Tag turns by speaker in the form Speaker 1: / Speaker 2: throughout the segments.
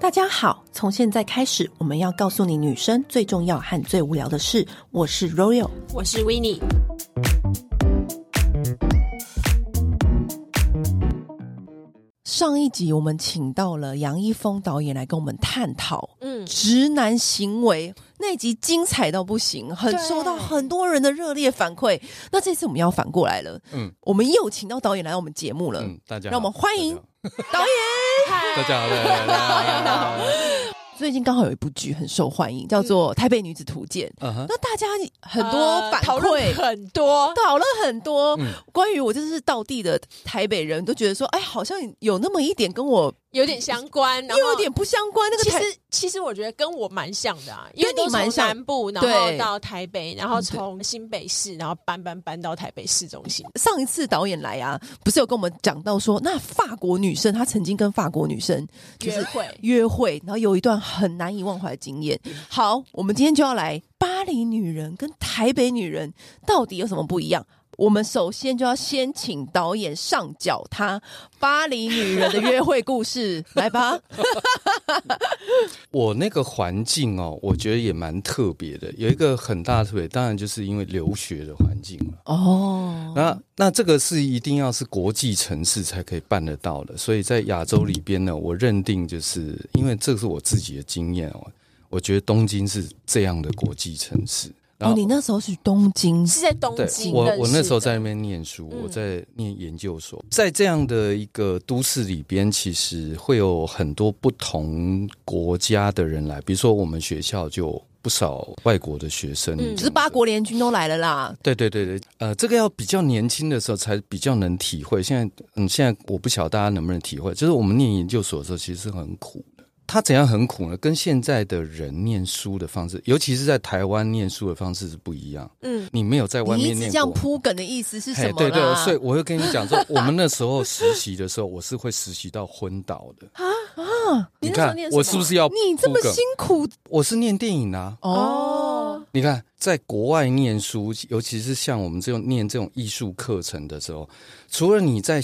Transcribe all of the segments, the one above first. Speaker 1: 大家好，从现在开始，我们要告诉你女生最重要和最无聊的事。我是 Royal，
Speaker 2: 我是 w i n n i e
Speaker 1: 上一集我们请到了杨一峰导演来跟我们探讨
Speaker 2: 嗯，
Speaker 1: 直男行为，那一集精彩到不行，很
Speaker 2: 对
Speaker 1: 受到很多人的热烈反馈。那这次我们要反过来了，
Speaker 3: 嗯
Speaker 1: 我们又请到导演来到我们节目了。
Speaker 3: 嗯，大家好
Speaker 1: 让我们欢迎导演。
Speaker 3: 大家好，大家好，大家好大家好，
Speaker 1: 最近刚好有一部剧很受欢迎，叫
Speaker 2: 嗯
Speaker 1: 做《台北女子图鉴》，
Speaker 3: 嗯哼，
Speaker 1: 那大家很多反
Speaker 2: 呃讨论
Speaker 1: 馈。
Speaker 2: 很 多，
Speaker 1: 讨论很多、
Speaker 3: 嗯
Speaker 1: 关于我就是道地的台北人都觉得说，哎，好像有那么一点跟我
Speaker 2: 有点相关，然
Speaker 1: 又
Speaker 2: 后
Speaker 1: 有点不相关。那个
Speaker 2: 其
Speaker 1: 台
Speaker 2: 实其实我觉得跟我蛮像的啊，因为
Speaker 1: 跟你
Speaker 2: 都
Speaker 1: 蛮
Speaker 2: 从
Speaker 1: 像
Speaker 2: 南部，然后
Speaker 1: 对
Speaker 2: 到台北，然后
Speaker 1: 嗯对
Speaker 2: 从新北市，然后搬搬搬到台北市中心。
Speaker 1: 上一次导演来啊，不是有跟我们讲到说，那法国女生她曾经跟法国女生就是
Speaker 2: 约会
Speaker 1: 约会，然后有一段很难以忘怀的经验。
Speaker 2: 嗯
Speaker 1: 好，我们今天就要来巴黎女人跟台北女人到底有什么不一样？我们首先就要先请导演上缴她巴黎女人的约会故事，来 吧。
Speaker 3: 我那个环境哦，我觉得也蛮特别的，有一个很大的特别，当然就是因为留学的环境了。
Speaker 1: 哦，
Speaker 3: 那那这个是一定要是国际城市才可以办得到的，所以在亚洲里边呢，我认定就是因为这是我自己的经验哦，我觉得东京是这样的国际城市。然
Speaker 1: 哦，
Speaker 3: 后嗯
Speaker 1: 你那时候是东京，
Speaker 2: 是在东
Speaker 3: 对
Speaker 2: 京
Speaker 3: 我
Speaker 2: 认识
Speaker 3: 我那时候
Speaker 2: 的
Speaker 3: 在那边念书，
Speaker 2: 嗯
Speaker 3: 我在念研究所，在这样的一个都市里边，其实会有很多不同国家的人来，比如说我们学校就有不少外国的学生，
Speaker 2: 嗯
Speaker 1: 就是八国联军都来了啦。
Speaker 3: 对对对对，呃，这个要比较年轻的时候才比较能体会。现在，嗯，现在我不晓得大家能不能体会，就是我们念研究所的时候其实是很苦的。他怎样很苦呢？跟现在的人念书的方式，尤其是在台湾念书的方式是不一样。
Speaker 2: 嗯，
Speaker 3: 你没有在外
Speaker 1: 你一
Speaker 3: 面
Speaker 1: 直
Speaker 3: 念
Speaker 1: 这样
Speaker 3: 过
Speaker 1: 铺梗的意思是什
Speaker 3: 嘿，
Speaker 1: 么啦？
Speaker 3: 对对，所以我会跟你讲说，我们那时候实习的时候，我是会实习到昏倒的啊啊！你
Speaker 2: 你那时候
Speaker 3: 看
Speaker 2: 念什么
Speaker 3: 我是不是要
Speaker 1: 你这么
Speaker 3: 铺梗
Speaker 1: 辛苦
Speaker 3: 我是念电影啊。
Speaker 1: 哦，
Speaker 3: 你看，在国外念书，尤其是像我们这种念这种艺术课程的时候，除了你在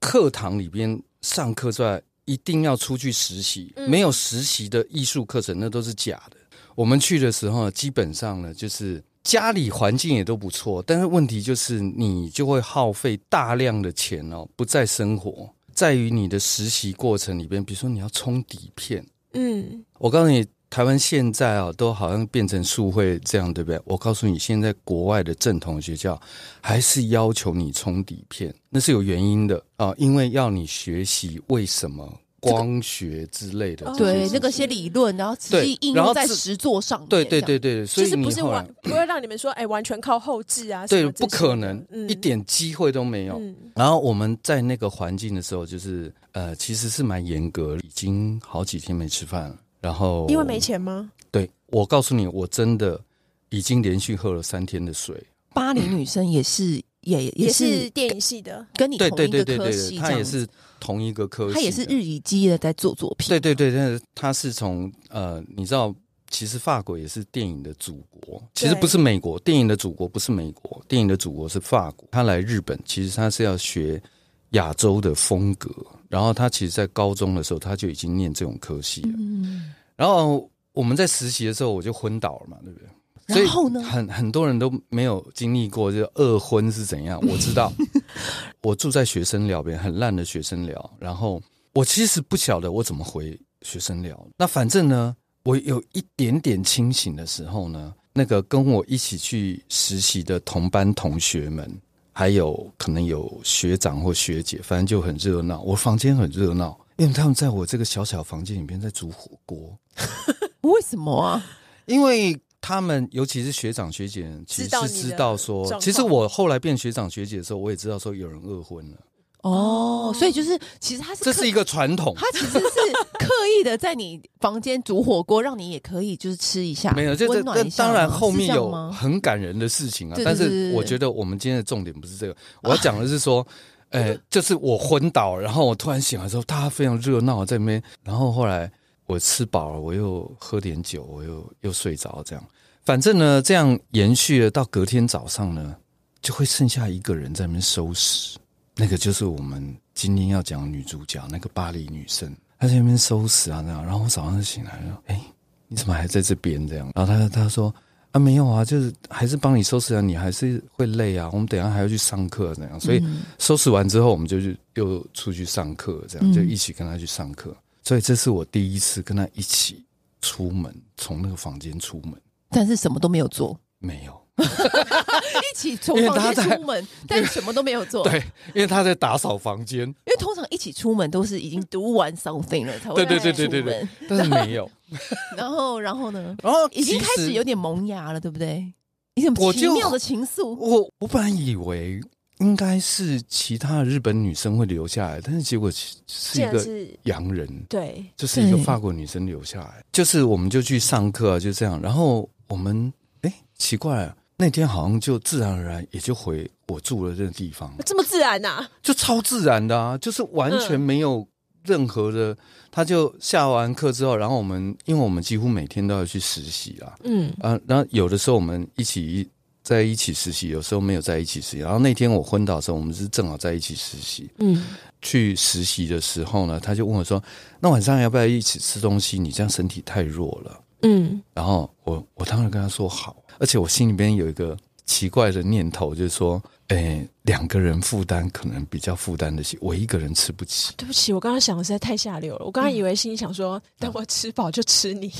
Speaker 3: 课堂里边上课之外，一定要出去实习。
Speaker 2: 嗯
Speaker 3: 没有实习的艺术课程，那都是假的。我们去的时候，基本上呢，就是家里环境也都不错，但是问题就是你就会耗费大量的钱哦，不在生活，在于你的实习过程里边，比如说你要冲底片。
Speaker 2: 嗯，
Speaker 3: 我告诉你，台湾现在啊，都好像变成数会这样，对不对？我告诉你，现在国外的正统学校还是要求你冲底片，那是有原因的啊，因为要你学习为什么光学之类的
Speaker 2: 这个
Speaker 3: 这些
Speaker 1: 对
Speaker 3: 事
Speaker 2: 哦
Speaker 3: 情
Speaker 1: 那个些理论，然后实际
Speaker 3: 对
Speaker 1: 应
Speaker 3: 然
Speaker 1: 用
Speaker 3: 后
Speaker 1: 在
Speaker 3: 自
Speaker 1: 实作上面，
Speaker 3: 对对
Speaker 1: 这样
Speaker 3: 对对，所
Speaker 2: 就
Speaker 3: 以
Speaker 2: 是
Speaker 3: 你
Speaker 2: 不是
Speaker 3: 后来
Speaker 2: 完不会让你们说，哎，完全靠后置啊，什
Speaker 3: 对
Speaker 2: 么这
Speaker 3: 不
Speaker 2: 些
Speaker 3: 可
Speaker 2: 的
Speaker 3: 能，
Speaker 2: 嗯
Speaker 3: 一点机会都没有。
Speaker 2: 嗯
Speaker 3: 然后我们在那个环境的时候，就是呃，其实是蛮严格，已经好几天没吃饭了。然
Speaker 1: 哦
Speaker 3: 后
Speaker 2: 因为没钱吗？
Speaker 3: 对我告诉你，我真的已经连续喝了三天的水。
Speaker 1: 巴黎女生也是也也
Speaker 2: 也
Speaker 1: 是
Speaker 2: 是电影系的，
Speaker 1: 跟你
Speaker 3: 对
Speaker 1: 同
Speaker 3: 对
Speaker 1: 一
Speaker 3: 对
Speaker 1: 个
Speaker 3: 对
Speaker 1: 科
Speaker 3: 对
Speaker 1: 系，
Speaker 3: 对，
Speaker 1: 这
Speaker 3: 他
Speaker 1: 样
Speaker 3: 也
Speaker 1: 子，
Speaker 3: 是同一个科系的，
Speaker 1: 她也是日以继夜地在做作品，
Speaker 3: 对对对，但是他是从呃，你知道，其实法国也是电影的祖国，其实
Speaker 2: 对
Speaker 3: 不是美国，电影的祖国不是美国，电影的祖国是法国。他来日本，其实他是要学亚洲的风格，然后他其实，在高中的时候他就已经念这种科系了。
Speaker 1: 嗯，
Speaker 3: 然后我们在实习的时候，我就昏倒了嘛，对不对？所以
Speaker 1: 然后呢
Speaker 3: 很很多人都没有经历过这个二婚是怎 样。我知道，我住在学生寮边，很烂的学生寮。然后我其实不晓得我怎么回学生寮。那反正呢，我有一点点清醒的时候呢，那个跟我一起去实习的同班同学们，还有可能有学长或学姐，反正就很热闹。我房间很热闹，因为他们在我这个小小房间里面在煮火锅。
Speaker 1: 为什么啊？
Speaker 3: 因为他们，尤其是学长学姐，其
Speaker 2: 知道
Speaker 3: 实
Speaker 2: 你
Speaker 3: 是
Speaker 2: 的
Speaker 3: 知道
Speaker 2: 状
Speaker 3: 说，
Speaker 2: 况
Speaker 3: 其实我后来变学长学姐的时候，我也知道说有人二婚了，
Speaker 1: 哦，所以就是其实她是
Speaker 3: 这
Speaker 1: 刻
Speaker 3: 是一个传统。
Speaker 1: 她其实是刻意的在你房间煮火锅，让你也可以就是吃一下，
Speaker 3: 没有，这
Speaker 1: 温
Speaker 3: 这
Speaker 1: 暖一
Speaker 3: 这
Speaker 1: 下吗
Speaker 3: 当然后面
Speaker 1: 是这样
Speaker 3: 有
Speaker 1: 吗
Speaker 3: 很感人的事情啊
Speaker 1: 对，对
Speaker 3: 但
Speaker 1: 对对
Speaker 3: 是
Speaker 1: 对
Speaker 3: 我觉得我们今天的重点不是这个，我要讲的是说，呃，就是我昏倒，然后我突然醒来之后，大家非常热闹在那边，然后后来我吃饱了，我又喝点酒，我又又睡着，这样，反正呢，这样延续了到隔天早上呢，就会剩下一个人在那边收拾，那个就是我们今天要讲的女主角，那个巴黎女生。他在那边收拾啊，这样。然后我早上醒来了，哎，你怎么还在这边？这样。然后他他说啊，没有啊，就是还是帮你收拾啊，你还是会累啊，我们等一下还要去上课，这样。所以
Speaker 1: 嗯
Speaker 3: 收拾完之后，我们就去又出去上课，这
Speaker 1: 嗯
Speaker 3: 样就一起跟他去上课。所以这是我第一次跟他一起出门，从那个房间出门，
Speaker 1: 但是什么都没有做，
Speaker 3: 没有。
Speaker 1: 一起从
Speaker 3: 因为
Speaker 1: 房
Speaker 3: 大家
Speaker 1: 间
Speaker 3: 在
Speaker 1: 出 门，但什么都没有做。
Speaker 3: 对，因为他在打扫房间，
Speaker 1: 因为通常一起出门都是已经 do one something 了才会
Speaker 3: 对对
Speaker 1: 一起
Speaker 3: 对对对
Speaker 1: 出门
Speaker 3: 对，但是 没有。
Speaker 1: 然后然后呢，
Speaker 3: 然后
Speaker 1: 已经
Speaker 3: 其
Speaker 1: 开始
Speaker 3: 实
Speaker 1: 有点萌芽了，对不对？一种
Speaker 3: 我
Speaker 1: 奇
Speaker 3: 就
Speaker 1: 妙的情愫，
Speaker 3: 我我本来以为应该是其他的日本女生会留下来，但是结果其是一
Speaker 2: 竟然
Speaker 3: 个
Speaker 2: 是
Speaker 3: 洋人，
Speaker 2: 对，
Speaker 3: 就是一个
Speaker 1: 对
Speaker 3: 法国女生留下来，就是我们就去上课啊，就这样。然后我们哎，奇怪、啊，那天好像就自然而然也就回我住的这个地方，
Speaker 2: 这么自然啊呐、
Speaker 3: 就超自然的啊，就是完全没有任何的。他就下完课之后，然后我们因为我们几乎每天都要去实习啊，
Speaker 2: 嗯，
Speaker 3: 啊，然后有的时候我们一起在一起实习，有时候没有在一起实习。然后那天我昏倒的时候，我们是正好在一起实习。
Speaker 2: 嗯，
Speaker 3: 去实习的时候呢，他就问我说：“那晚上要不要一起吃东西？你这样身体太弱了。
Speaker 2: 嗯，”
Speaker 3: 然后我我当然跟他说好，而且我心里边有一个奇怪的念头，就是说，诶，两个人负担可能比较负担得起，我一个人吃不起。
Speaker 2: 对不起，我刚刚想的实在太下流了。我刚刚
Speaker 3: 嗯
Speaker 2: 以为心里想说，等我吃饱就吃 你，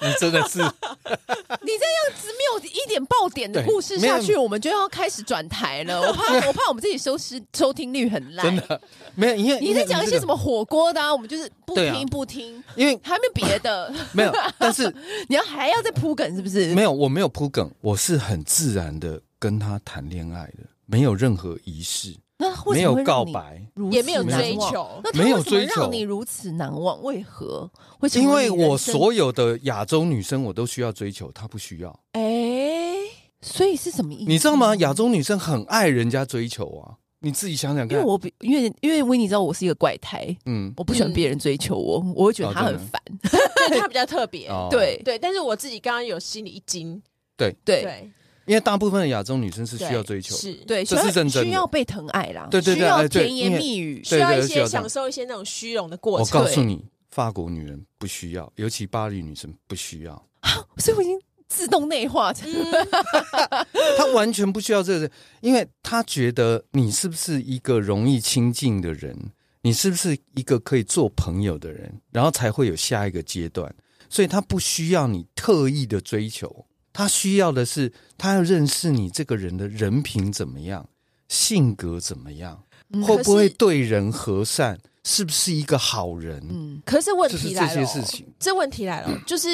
Speaker 3: 你真的是
Speaker 1: 你这样子没有一点爆点的
Speaker 3: 对
Speaker 1: 故事下
Speaker 3: 没
Speaker 1: 去，
Speaker 3: 有
Speaker 1: 我们就要开始转台了。我怕，我怕我们自己收视收听率很烂。
Speaker 3: 真的 没有，因 为
Speaker 1: 你在讲一些什？么火锅的、啊，我们就是不
Speaker 3: 对啊
Speaker 1: 听不听，
Speaker 3: 因为
Speaker 1: 还没别的，
Speaker 3: 没有，但是
Speaker 1: 你要还要再铺梗是不是？
Speaker 3: 没有，我没有铺梗，我是很自然的跟他谈恋爱的，没有任何仪式，
Speaker 1: 那为
Speaker 3: 没
Speaker 1: 什么
Speaker 3: 有
Speaker 1: 会
Speaker 3: 告
Speaker 1: 让你
Speaker 3: 白，
Speaker 1: 如此
Speaker 2: 也没有
Speaker 1: 难
Speaker 2: 追
Speaker 1: 忘。
Speaker 2: 求。
Speaker 1: 那他
Speaker 3: 没有
Speaker 1: 为什么
Speaker 3: 追求
Speaker 1: 让你如此难忘？为何会成
Speaker 3: 因为
Speaker 1: 你人
Speaker 3: 我
Speaker 1: 生
Speaker 3: 所有的亚洲女生我都需要追求，她不需要，
Speaker 2: 哎、
Speaker 1: 所以是什么意思？
Speaker 3: 你知道吗？亚洲女生很爱人家追求啊，你自己想想
Speaker 1: 因
Speaker 3: 看
Speaker 1: 为，我比因为因为维尼知道我是一个怪胎，
Speaker 3: 嗯，
Speaker 1: 我不喜欢
Speaker 2: 嗯
Speaker 1: 别人追求我，我会觉得
Speaker 3: 哦
Speaker 1: 他
Speaker 3: 真
Speaker 1: 很
Speaker 3: 的
Speaker 1: 烦。
Speaker 2: 对他比较特别，
Speaker 3: 哦
Speaker 1: 对
Speaker 2: 对。但是我自己刚刚有心里一惊，
Speaker 1: 对
Speaker 2: 对，
Speaker 3: 因为大部分的亚洲女生是
Speaker 2: 对
Speaker 3: 需要追求，
Speaker 2: 是，
Speaker 1: 对，需
Speaker 3: 这
Speaker 1: 要
Speaker 3: 是认真的
Speaker 1: 需要被疼爱啦，
Speaker 3: 对对对
Speaker 1: 需要
Speaker 3: 哎对
Speaker 1: 甜言
Speaker 3: 因为
Speaker 1: 蜜语。
Speaker 2: 需要
Speaker 3: 对
Speaker 2: 一
Speaker 3: 对需要
Speaker 2: 些
Speaker 3: 这样
Speaker 2: 享受一些那种虚荣的过
Speaker 3: 我
Speaker 2: 程
Speaker 3: 告。诉你，法国女人不需要，尤其巴黎女生不需要，
Speaker 1: 所以我已经自动内化成，
Speaker 2: 嗯
Speaker 3: 她完全不需要这个，因为她觉得你是不是一个容易亲近的人，你是不是一个可以做朋友的人，然后才会有下一个阶段，所以她不需要你特意的追求，她需要的是她要认识你这个人的人品怎么样，性格怎么样，
Speaker 1: 嗯
Speaker 3: 会不会
Speaker 2: 可是
Speaker 3: 对人和善，是不是一个好人，
Speaker 1: 嗯，
Speaker 2: 可是问
Speaker 3: 就是
Speaker 2: 题
Speaker 3: 这
Speaker 2: 来了
Speaker 3: 些
Speaker 2: 哦，
Speaker 3: 事情。
Speaker 2: 这问题来了，就是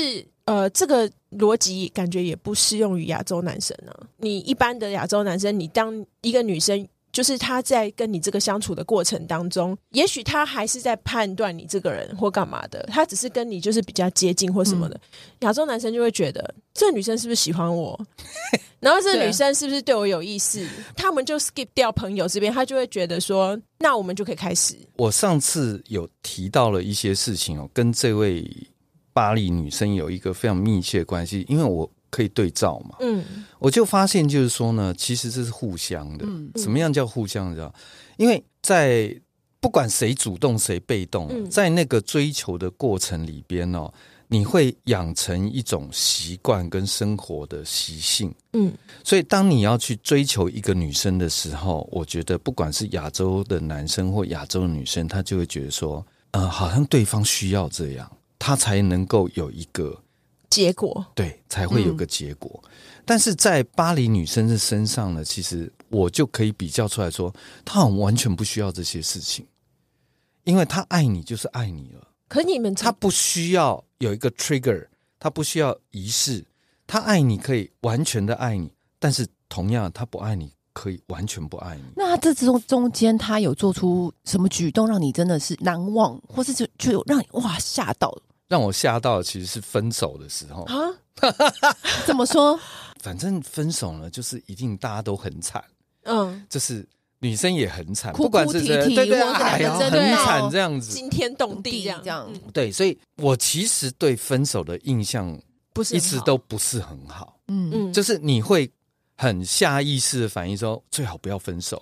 Speaker 2: 呃，这个逻辑感觉也不适用于亚洲男生啊。你一般的亚洲男生，你当一个女生，就是他在跟你这个相处的过程当中，也许他还是在判断你这个人或干嘛的，他只是跟你就是比较接近或什么的。亚洲男生就会觉得这女生是不是喜欢我？ 然后这
Speaker 1: 对
Speaker 2: 女生是不是对我有意思？他们就 skip 掉朋友这边，他就会觉得说，那我们就可以开始。
Speaker 3: 我上次有提到了一些事情哦，跟这位巴黎女生有一个非常密切的关系，因为我可以对照嘛，
Speaker 2: 嗯
Speaker 3: 我就发现就是说呢，其实这是互相的。
Speaker 1: 嗯
Speaker 3: 什么样叫互相？你知道？因为在不管谁主动谁被动，哦
Speaker 2: 嗯
Speaker 3: 在那个追求的过程里边哦，你会养成一种习惯跟生活的习性。
Speaker 2: 嗯，
Speaker 3: 所以，当你要去追求一个女生的时候，我觉得不管是亚洲的男生或亚洲的女生，他就会觉得说，呃，好像对方需要这样，他才能够有一个
Speaker 2: 结果
Speaker 3: 对，才会有个结果。但是在巴黎女生的身上呢，其实我就可以比较出来说，她好像完全不需要这些事情，因为她爱你就是爱你了，
Speaker 2: 可你们
Speaker 3: 她不需要有一个 trigger，她不需要仪式，她爱你可以完全的爱你，但是同样她不爱你可以完全不爱你。
Speaker 1: 那他这之中中间他有做出什么举动让你真的是难忘，或是就就有让你哇吓到？
Speaker 3: 让我吓到的其实是分手的时候，
Speaker 2: 啊，
Speaker 1: 怎么 说？
Speaker 3: 反正分手呢，就是一定大家都很惨。
Speaker 2: 嗯，
Speaker 3: 就是女生也很惨，
Speaker 1: 哭哭
Speaker 3: 不管是
Speaker 1: 啼
Speaker 3: 这
Speaker 1: 啼
Speaker 3: 对对，
Speaker 1: 或者
Speaker 3: 哎
Speaker 1: 两
Speaker 3: 呀，
Speaker 2: 个人
Speaker 3: 很
Speaker 2: 争闹
Speaker 3: 惨这样子。
Speaker 2: 惊天动地这样，
Speaker 1: 这样
Speaker 2: 嗯
Speaker 3: 对，所以我其实对分手的印象
Speaker 2: 不是
Speaker 3: 一
Speaker 2: 很
Speaker 3: 直
Speaker 2: 好
Speaker 3: 都不是很好，
Speaker 1: 嗯，
Speaker 2: 嗯，
Speaker 3: 就是你会很下意识的反应说，最好不要分手。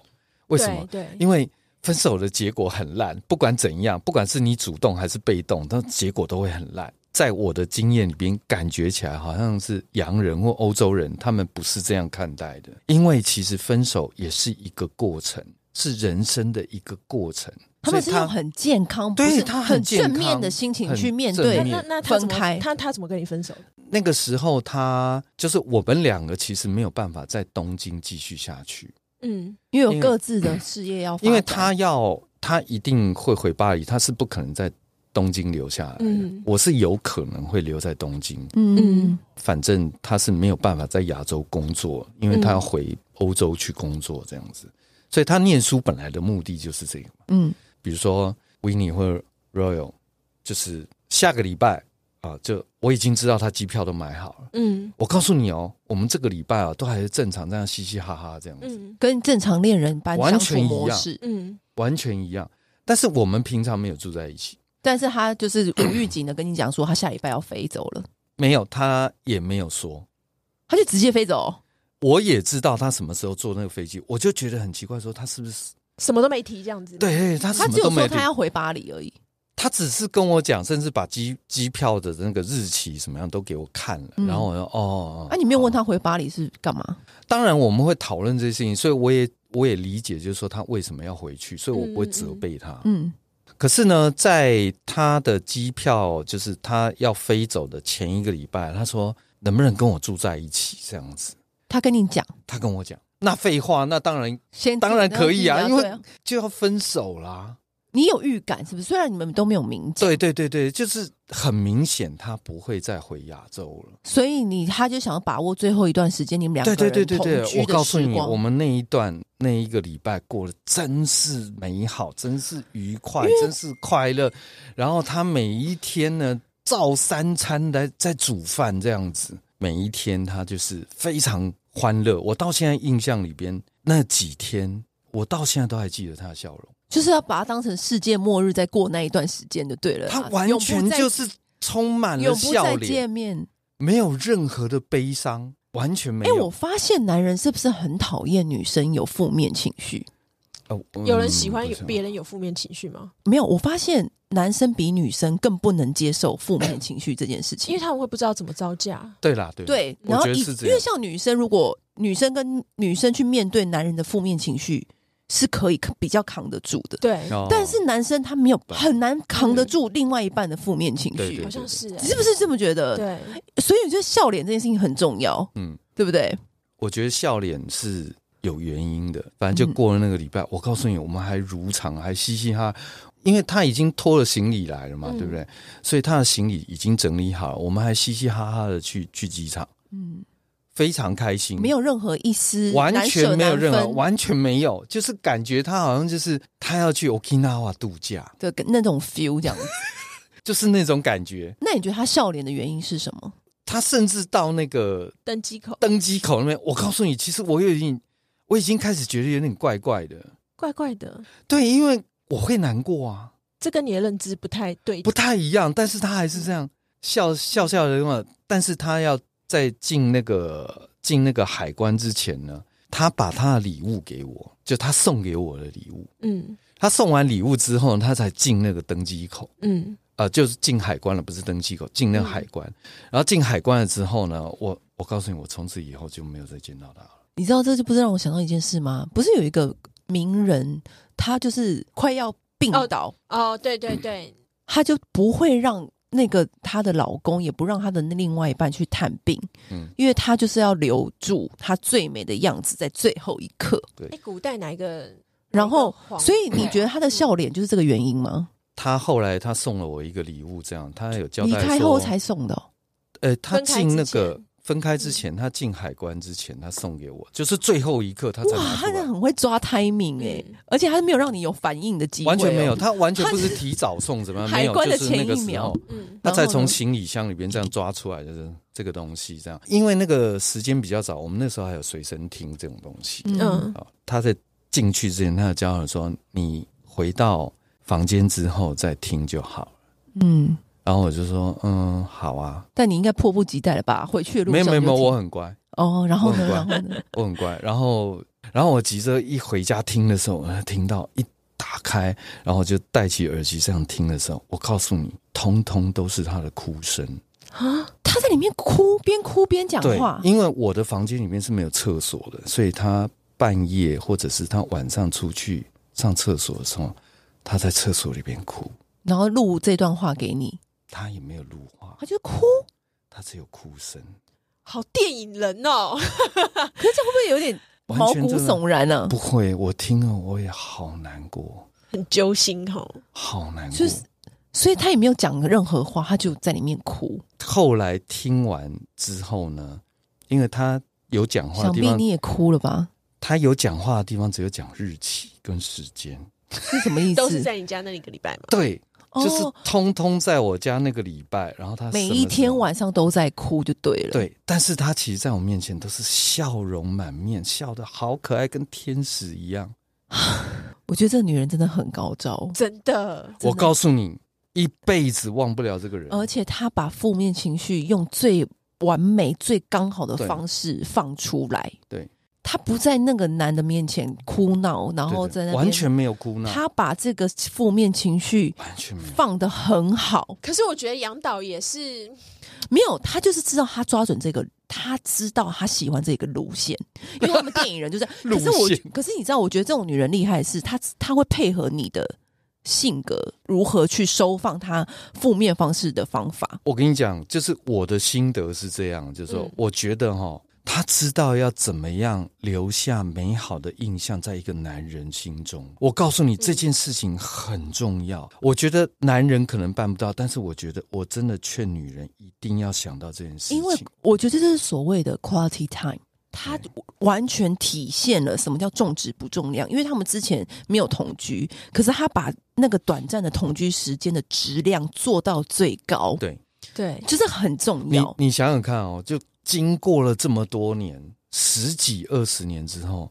Speaker 3: 为什么？
Speaker 2: 对，对
Speaker 3: 因为分手的结果很烂，不管怎样，不管是你主动还是被动，但结果都会很烂。在我的经验里边，感觉起来好像是洋人或欧洲人，他们不是这样看待的，因为其实分手也是一个过程，是人生的一个过程。
Speaker 1: 他们是
Speaker 3: 所以
Speaker 1: 用很健康，
Speaker 3: 对
Speaker 1: 不是
Speaker 3: 他很
Speaker 1: 很
Speaker 3: 健
Speaker 1: 正
Speaker 3: 康
Speaker 1: 面的心情去面
Speaker 3: 很
Speaker 1: 对
Speaker 3: 正面
Speaker 2: 那那他
Speaker 1: 分
Speaker 2: 怎么
Speaker 1: 开
Speaker 2: 他他怎么跟你分手的？
Speaker 3: 那个时候他就是我们两个其实没有办法在东京继续下去，
Speaker 2: 嗯，
Speaker 1: 因为
Speaker 3: 因
Speaker 1: 有
Speaker 3: 为
Speaker 1: 各自的事业要发展，
Speaker 3: 因为他要他一定会回巴黎，他是不可能在东京留下来。
Speaker 2: 嗯
Speaker 3: 我是有可能会留在东京，
Speaker 1: 嗯
Speaker 2: 嗯
Speaker 3: 反正他是没有办法在亚洲工作，因为他
Speaker 1: 嗯
Speaker 3: 要回欧洲去工作这样子。所以他念书本来的目的就是这个嘛，
Speaker 1: 嗯
Speaker 3: 比如说维尼或 Royal，就是下个礼拜啊，就我已经知道他机票都买好了。
Speaker 2: 嗯
Speaker 3: 我告诉你哦，我们这个礼拜啊，都还是正常这样嘻嘻哈哈这样子，
Speaker 2: 嗯
Speaker 1: 跟正常恋人般
Speaker 3: 完
Speaker 1: 相处
Speaker 3: 全一样
Speaker 1: 模式，
Speaker 2: 嗯
Speaker 3: 完全一样。但是我们平常没有住在一起，
Speaker 1: 但是他就是无预警的跟你讲说，他下礼拜要飞走了，
Speaker 3: 没有，他也没有说。
Speaker 1: 他就直接飞走。哦
Speaker 3: 我也知道他什么时候坐那个飞机，我就觉得很奇怪，说他是不是
Speaker 2: 什么都没提这样子。，
Speaker 3: 对他
Speaker 1: 他
Speaker 3: 什么
Speaker 1: 只
Speaker 3: 都
Speaker 1: 有说
Speaker 3: 没有
Speaker 1: 他要回巴黎而已。
Speaker 3: 他只是跟我讲，甚至把机机票的那个日期什么样都给我看了，
Speaker 1: 嗯
Speaker 3: 然后我就哦哦，哦
Speaker 1: 啊，你没有问
Speaker 3: 好
Speaker 1: 他回巴黎是干嘛？
Speaker 3: 当然我们会讨论这些事情，所以我也我也理解，就是说他为什么要回去，所以我不会责备他。
Speaker 1: 嗯
Speaker 3: 可是呢，在他的机票就是他要飞走的前一个礼拜，他说能不能跟我住在一起这样子，
Speaker 1: 他跟你讲，
Speaker 3: 他跟我讲。那废话，那当然
Speaker 1: 先
Speaker 3: 当然可以啊因为
Speaker 1: 对
Speaker 3: 就要分手啦。
Speaker 1: 你有预感是不是？虽然你们都没有明讲，
Speaker 3: 对对对对，就是很明显他不会再回亚洲了。
Speaker 1: 所以你他就想要把握最后一段时间，你们两个
Speaker 3: 对
Speaker 1: 人
Speaker 3: 对对
Speaker 1: 同
Speaker 3: 对
Speaker 1: 居
Speaker 3: 对，
Speaker 1: 的
Speaker 3: 我告诉
Speaker 1: 时
Speaker 3: 你，
Speaker 1: 光
Speaker 3: 我们那一段那一个礼拜过得真是美好，真是愉快，真是快乐。然后他每一天呢，照三餐来在煮饭这样子，每一天他就是非常欢乐。我到现在印象里边那几天，我到现在都还记得他的笑容，
Speaker 1: 就是要把它当成世界末日在过那一段时间就对了
Speaker 3: 他
Speaker 1: 啦。
Speaker 3: 完全就是充满
Speaker 1: 永
Speaker 3: 了
Speaker 1: 不再永
Speaker 3: 笑
Speaker 1: 不再
Speaker 3: 脸，
Speaker 1: 见面。
Speaker 3: 没有任何的悲伤，完全没
Speaker 1: 哎，我
Speaker 3: 有。
Speaker 1: 发现男人是不是很讨厌女生有负面情绪？
Speaker 3: 哦嗯
Speaker 2: 有人喜欢
Speaker 3: 不
Speaker 2: 有
Speaker 3: 是
Speaker 2: 别人有负面情绪吗？
Speaker 1: 没有，我发现男生比女生更不能接受负面情绪这件事
Speaker 2: 因
Speaker 1: 情
Speaker 2: 为。他们会不知道怎么招架。
Speaker 3: 对啦，对啦
Speaker 1: 对，
Speaker 3: 我
Speaker 1: 然后
Speaker 3: 觉得
Speaker 1: 以
Speaker 3: 是这
Speaker 1: 因为
Speaker 3: 样。
Speaker 1: 像女生，如果女生跟女生去面对男人的负面情绪，是可以比较扛得住的。
Speaker 2: 对，
Speaker 3: 哦嗯
Speaker 1: 但是男生他没有很难扛得住另外一半的负面情
Speaker 3: 对对
Speaker 1: 绪
Speaker 2: 好，像是、
Speaker 1: 你
Speaker 2: 欸。
Speaker 1: 是不是这么觉得？
Speaker 2: 对，
Speaker 1: 所以我觉得笑脸这件事情很重要，
Speaker 3: 嗯，
Speaker 1: 对不对？
Speaker 3: 我觉得笑脸是有原因的。反
Speaker 1: 嗯
Speaker 3: 正就过了那个礼拜，我告诉你，我们还如常，还嘻嘻哈，因为他已经拖了行李来了嘛，
Speaker 2: 嗯
Speaker 3: 对不对？所以他的行李已经整理好了，我们还嘻嘻哈哈的去去机场，
Speaker 1: 嗯，
Speaker 3: 非常开心，
Speaker 1: 没有任何一丝
Speaker 3: 完全没有任
Speaker 1: 难
Speaker 3: 何，
Speaker 1: 舍难分
Speaker 3: 完全没有，就是感觉他好像就是他要去 Okinawa 度假，
Speaker 1: 的那种 feel 这样子。
Speaker 3: 就是那种感觉。
Speaker 1: 那你觉得他笑脸的原因是什么？
Speaker 3: 他甚至到那个
Speaker 2: 登机口
Speaker 3: 登机口那边，我告诉你，其实我有已经我已经开始觉得有点怪怪的。
Speaker 2: 怪怪的，
Speaker 3: 对，因为我会难过啊，
Speaker 2: 这跟你的认知不太对。
Speaker 3: 不太一样，但是他还是这样笑笑笑的嘛。但是他要在进那个进那个海关之前呢，他把他的礼物给我，就他送给我的礼物。
Speaker 2: 嗯
Speaker 3: 他送完礼物之后，他才进那个登机口，
Speaker 2: 嗯
Speaker 3: 呃，就是进海关了，不是登机口，进那个海关。
Speaker 1: 嗯
Speaker 3: 然后进海关了之后呢，我我告诉你，我从此以后就没有再见到他了。
Speaker 1: 你知道这就不是让我想到一件事吗？不是有一个名人，他就是快要病倒，
Speaker 2: 哦，对对 对，
Speaker 1: 他就不会让那个她的老公，也不让她的另外一半去探病，
Speaker 3: 嗯
Speaker 1: 因为他就是要留住他最美的样子在最后一刻。
Speaker 2: 哎，古代哪一个？
Speaker 1: 然后
Speaker 2: 哪一个，皇嗯
Speaker 1: 所以你觉得他的笑脸就是这个原因吗？
Speaker 3: 他后来他送了我一个礼物，这样他有交
Speaker 1: 离
Speaker 3: 代
Speaker 1: 开
Speaker 3: 说
Speaker 1: 后才送的哦、
Speaker 3: 呃，他
Speaker 2: 分开
Speaker 3: 进
Speaker 2: 之
Speaker 3: 那个
Speaker 2: 前
Speaker 3: 分开
Speaker 1: 嗯
Speaker 3: 之前，他进海关之前，他送给我，就是最后一刻他才
Speaker 1: 哇，他
Speaker 3: 拿出
Speaker 1: 真的
Speaker 3: 来，
Speaker 1: 很会抓 timing 哎、
Speaker 3: 欸
Speaker 2: 嗯
Speaker 1: 而且他没有让你有反应的机会哦、
Speaker 3: 完全没有，他完全
Speaker 1: 他
Speaker 3: 不是提早送， 怎么样？
Speaker 1: 海
Speaker 3: 没有，
Speaker 1: 关的
Speaker 3: 就是那
Speaker 1: 前
Speaker 3: 个
Speaker 1: 一
Speaker 3: 时
Speaker 1: 秒
Speaker 3: 候，
Speaker 2: 嗯
Speaker 3: 他
Speaker 1: 然后
Speaker 3: 再
Speaker 1: 呢
Speaker 3: 从行李箱里边这样抓出来，就是这个东西这样。因为那个时间比较早，我们那时候还有随身听这种东西
Speaker 1: 嗯
Speaker 2: 嗯
Speaker 3: 啊。他在进去之前，他有教我说，你回到房间之后再听就好。
Speaker 1: 嗯，
Speaker 3: 然后我就说，嗯，好啊，
Speaker 1: 但你应该迫不及待了吧？回去的路
Speaker 3: 没有
Speaker 1: 上
Speaker 3: 没有没有，
Speaker 1: 就听
Speaker 3: 我很乖。
Speaker 1: 哦，然后
Speaker 3: 我
Speaker 1: 呢，
Speaker 3: 很乖
Speaker 1: 然后呢，
Speaker 3: 呃我很乖。然后，然后我急着一回家听的时候，我听到一大打开，然后就戴起耳机这样听的时候，我告诉你，通通都是他的哭声。
Speaker 2: 啊，
Speaker 1: 他在里面哭，边哭边讲
Speaker 3: 对
Speaker 1: 话，，
Speaker 3: 因为我的房间里面是没有厕所的，所以他半夜或者是他晚上出去上厕所的时候，他在厕所里边哭，
Speaker 1: 然后录这段话给你，
Speaker 3: 他也没有录话
Speaker 1: 他，就哭。
Speaker 3: 他只有哭声，
Speaker 2: 好电影人哦，
Speaker 1: 可是这样会不会有点
Speaker 3: 完
Speaker 1: 毛
Speaker 3: 全
Speaker 1: 骨
Speaker 3: 真的
Speaker 1: 悚然啊呢、
Speaker 3: 不会，我听了我也好难过，
Speaker 2: 很揪心哦。
Speaker 3: 好难过。
Speaker 1: 就是所以他也没有讲任何话，他就在里面哭。
Speaker 3: 后来听完之后呢，因为他有讲话的
Speaker 1: 想
Speaker 3: 地
Speaker 1: 必
Speaker 3: 方，
Speaker 1: 你也哭了吧？
Speaker 3: 他有讲话的地方只有讲日期跟时间，
Speaker 1: 是什么意思？
Speaker 2: 都是在你家那一个礼拜嘛。
Speaker 3: 对，就是
Speaker 1: 哦、
Speaker 3: 通通在我家那个礼拜，然后他
Speaker 1: 每
Speaker 3: 什么
Speaker 1: 一
Speaker 3: 时
Speaker 1: 天
Speaker 3: 候
Speaker 1: 晚上都在哭就对了。，
Speaker 3: 对，但是他其实在我面前都是笑容满面，笑得好可爱，跟天使一样。
Speaker 1: 我觉得这女人真的很高招，
Speaker 2: 真
Speaker 1: 真
Speaker 2: 的，
Speaker 1: 的哦
Speaker 3: 我告诉你，一辈子忘不了这个人。
Speaker 1: 而且她把负面情绪用最完美、最刚好的
Speaker 3: 对
Speaker 1: 方式放出来。
Speaker 3: 对，
Speaker 1: 她不在那个男的面前哭闹，然后
Speaker 3: 对对
Speaker 1: 在那边
Speaker 3: 完全没有哭闹，嗯
Speaker 1: 她把这个负面情绪
Speaker 3: 完全没有。
Speaker 1: 放的很好。
Speaker 2: 可是我觉得杨导也是
Speaker 1: 没有，他就是知道他抓准这个，他知道他喜欢这个路线，因为他们电影人 就是。
Speaker 3: 路
Speaker 1: 可是我
Speaker 3: 线，
Speaker 1: 可是你知道，我觉得这种女人厉害的是，她她会配合你的性格，如何去收放她负面方式的方法。
Speaker 3: 我跟你讲，就是我的心得是这样，就是说，
Speaker 2: 嗯
Speaker 3: 我觉得哈，他知道要怎么样留下美好的印象在一个男人心中。我告诉你，这件事情很重要。我觉得男人可能办不到，但是我觉得我真的劝女人一定要想到这件事情，
Speaker 1: 因为我觉得这是所谓的 quality time，它
Speaker 3: 嗯
Speaker 1: 完全体现了什么叫重质不重量。因为他们之前没有同居，可是他把那个短暂的同居时间的质量做到最高，
Speaker 3: 对。
Speaker 2: 对
Speaker 1: 就是很重
Speaker 3: 你
Speaker 1: 要。
Speaker 3: 你想想看哦，就经过了这么多年，十几二十年之后，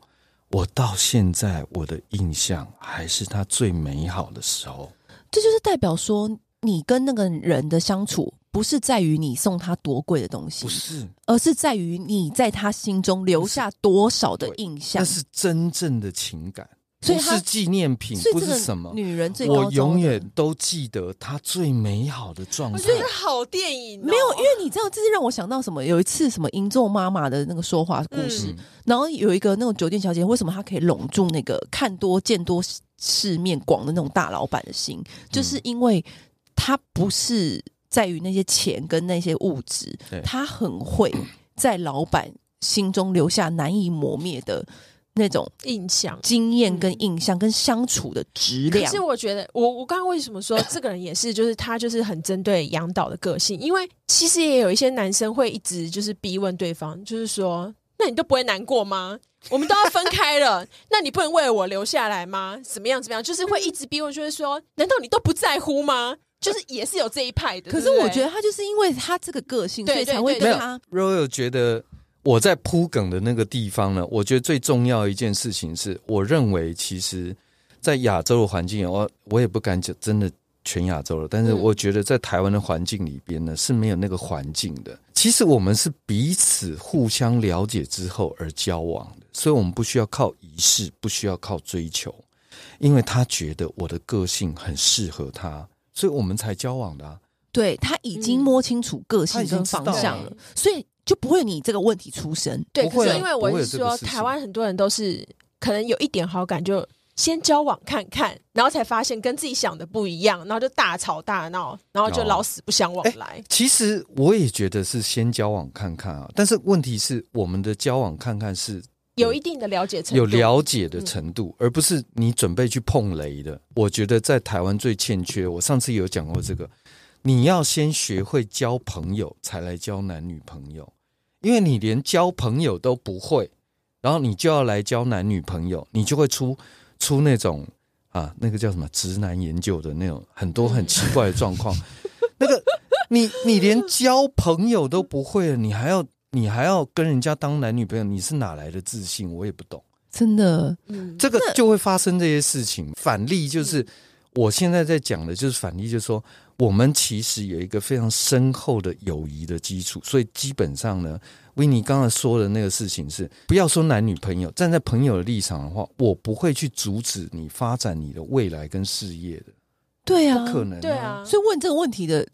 Speaker 3: 我到现在我的印象还是他最美好的时候。
Speaker 1: 这就是代表说，你跟那个人的相处，不是在于你送他多贵的东西
Speaker 3: 不，是，
Speaker 1: 而是在于你在他心中留下多少的印象
Speaker 3: 那。是真正的情感，
Speaker 1: 所以
Speaker 3: 不
Speaker 1: 他
Speaker 3: 是纪念品
Speaker 1: 所，以
Speaker 3: 不
Speaker 1: 这
Speaker 3: 是
Speaker 1: 个
Speaker 3: 什么。
Speaker 1: 女人最高
Speaker 3: 我
Speaker 1: 招
Speaker 3: 永
Speaker 1: 的
Speaker 3: 远都记得他最美好的状
Speaker 2: 我
Speaker 3: 态
Speaker 2: 觉。得好电影哦、
Speaker 1: 没有，因为你知道，这是让我想到什么？有一次什么银座妈妈的那个说话故事，
Speaker 3: 嗯
Speaker 1: 然后有一个那种酒店小姐，为什么她可以笼住那个看多见多世面广的那种大老板的心？
Speaker 3: 嗯
Speaker 1: 就是因为她不是在于那些钱跟那些物质
Speaker 3: 对，
Speaker 1: 她很会在老板心中留下难以磨灭的那种
Speaker 2: 印象。
Speaker 1: 经验跟印象跟相处的质
Speaker 2: 可
Speaker 1: 量
Speaker 2: 是。我觉得，我我刚刚为什么 说这个人也是，就是他就是很针对杨导的个性，因为其实也有一些男生会一直就是逼问对方，就是说，那你都不会难过吗？我们都要分开了， 那你不能为了我留下来吗？怎么样怎么样？就是会一直逼问，就是说，难道你都不在乎吗？就是也是有这一派的。
Speaker 1: 可是
Speaker 2: 对不对
Speaker 1: 我觉得她就是因为她这个个性，所
Speaker 2: 对
Speaker 1: 以才
Speaker 2: 对
Speaker 1: 会
Speaker 2: 对
Speaker 1: 跟
Speaker 3: 对
Speaker 1: 她
Speaker 3: Royal 觉得我在铺梗的那个地方呢，我觉得最重要一件事情是，我认为其实，在亚洲的环境，我我也不敢讲真的全亚洲了，但是
Speaker 2: 嗯
Speaker 3: 我觉得在台湾的环境里边呢，是没有那个环境的。其实我们是彼此互相了解之后而交往的，所以我们不需要靠仪式，不需要靠追求，因为他觉得我的个性很适合他，所以我们才交往的、啊。
Speaker 1: 对她已经
Speaker 2: 嗯
Speaker 1: 摸清楚个
Speaker 3: 她
Speaker 1: 性
Speaker 3: 已经
Speaker 1: 跟
Speaker 3: 知道
Speaker 1: 方
Speaker 3: 了
Speaker 1: 向了，所以就不会有你这个问题出生。
Speaker 2: 对，
Speaker 3: 不会
Speaker 2: 可
Speaker 3: 啊
Speaker 2: 是因为
Speaker 3: 不
Speaker 2: 我
Speaker 3: 会有
Speaker 2: 是
Speaker 3: 这个
Speaker 2: 说，
Speaker 3: 事情
Speaker 2: 台湾很多人都是可能有一点好感就先交往看看，然后才发现跟自己想的不一样，然后就大吵大闹，然后就
Speaker 3: 哦
Speaker 2: 老死不相往来。
Speaker 3: 其实我也觉得是先交往看看啊，但是问题是我们的交往看看是
Speaker 2: 有一定的了解程度，嗯
Speaker 3: 嗯有了解的程度，而不是你准备去碰雷的。我觉得在台湾最欠缺，我上次有讲过这个，你要先学会交朋友，才来交男女朋友，因为你连交朋友都不会，然后你就要来交男女朋友，你就会出出那种啊，那个叫什么直男研究的那种很多
Speaker 2: 嗯
Speaker 3: 很奇怪的状况，那个。你你连交朋友都不会了，你还要你还要跟人家当男女朋友，你是哪来的自信？我也不懂。
Speaker 1: 真的，
Speaker 2: 嗯，
Speaker 3: 这个就会发生这些事情。反例就是我现在在讲的，就是反例，就是说我们其实有一个非常深厚的友谊的基础，所以基本上呢，维尼刚才说的那个事情是，不要说男女朋友，站在朋友的立场的话，我不会去阻止你发展你的未来跟事业的，
Speaker 1: 对啊，
Speaker 3: 可能、
Speaker 2: 对啊，
Speaker 1: 所以问这个问题的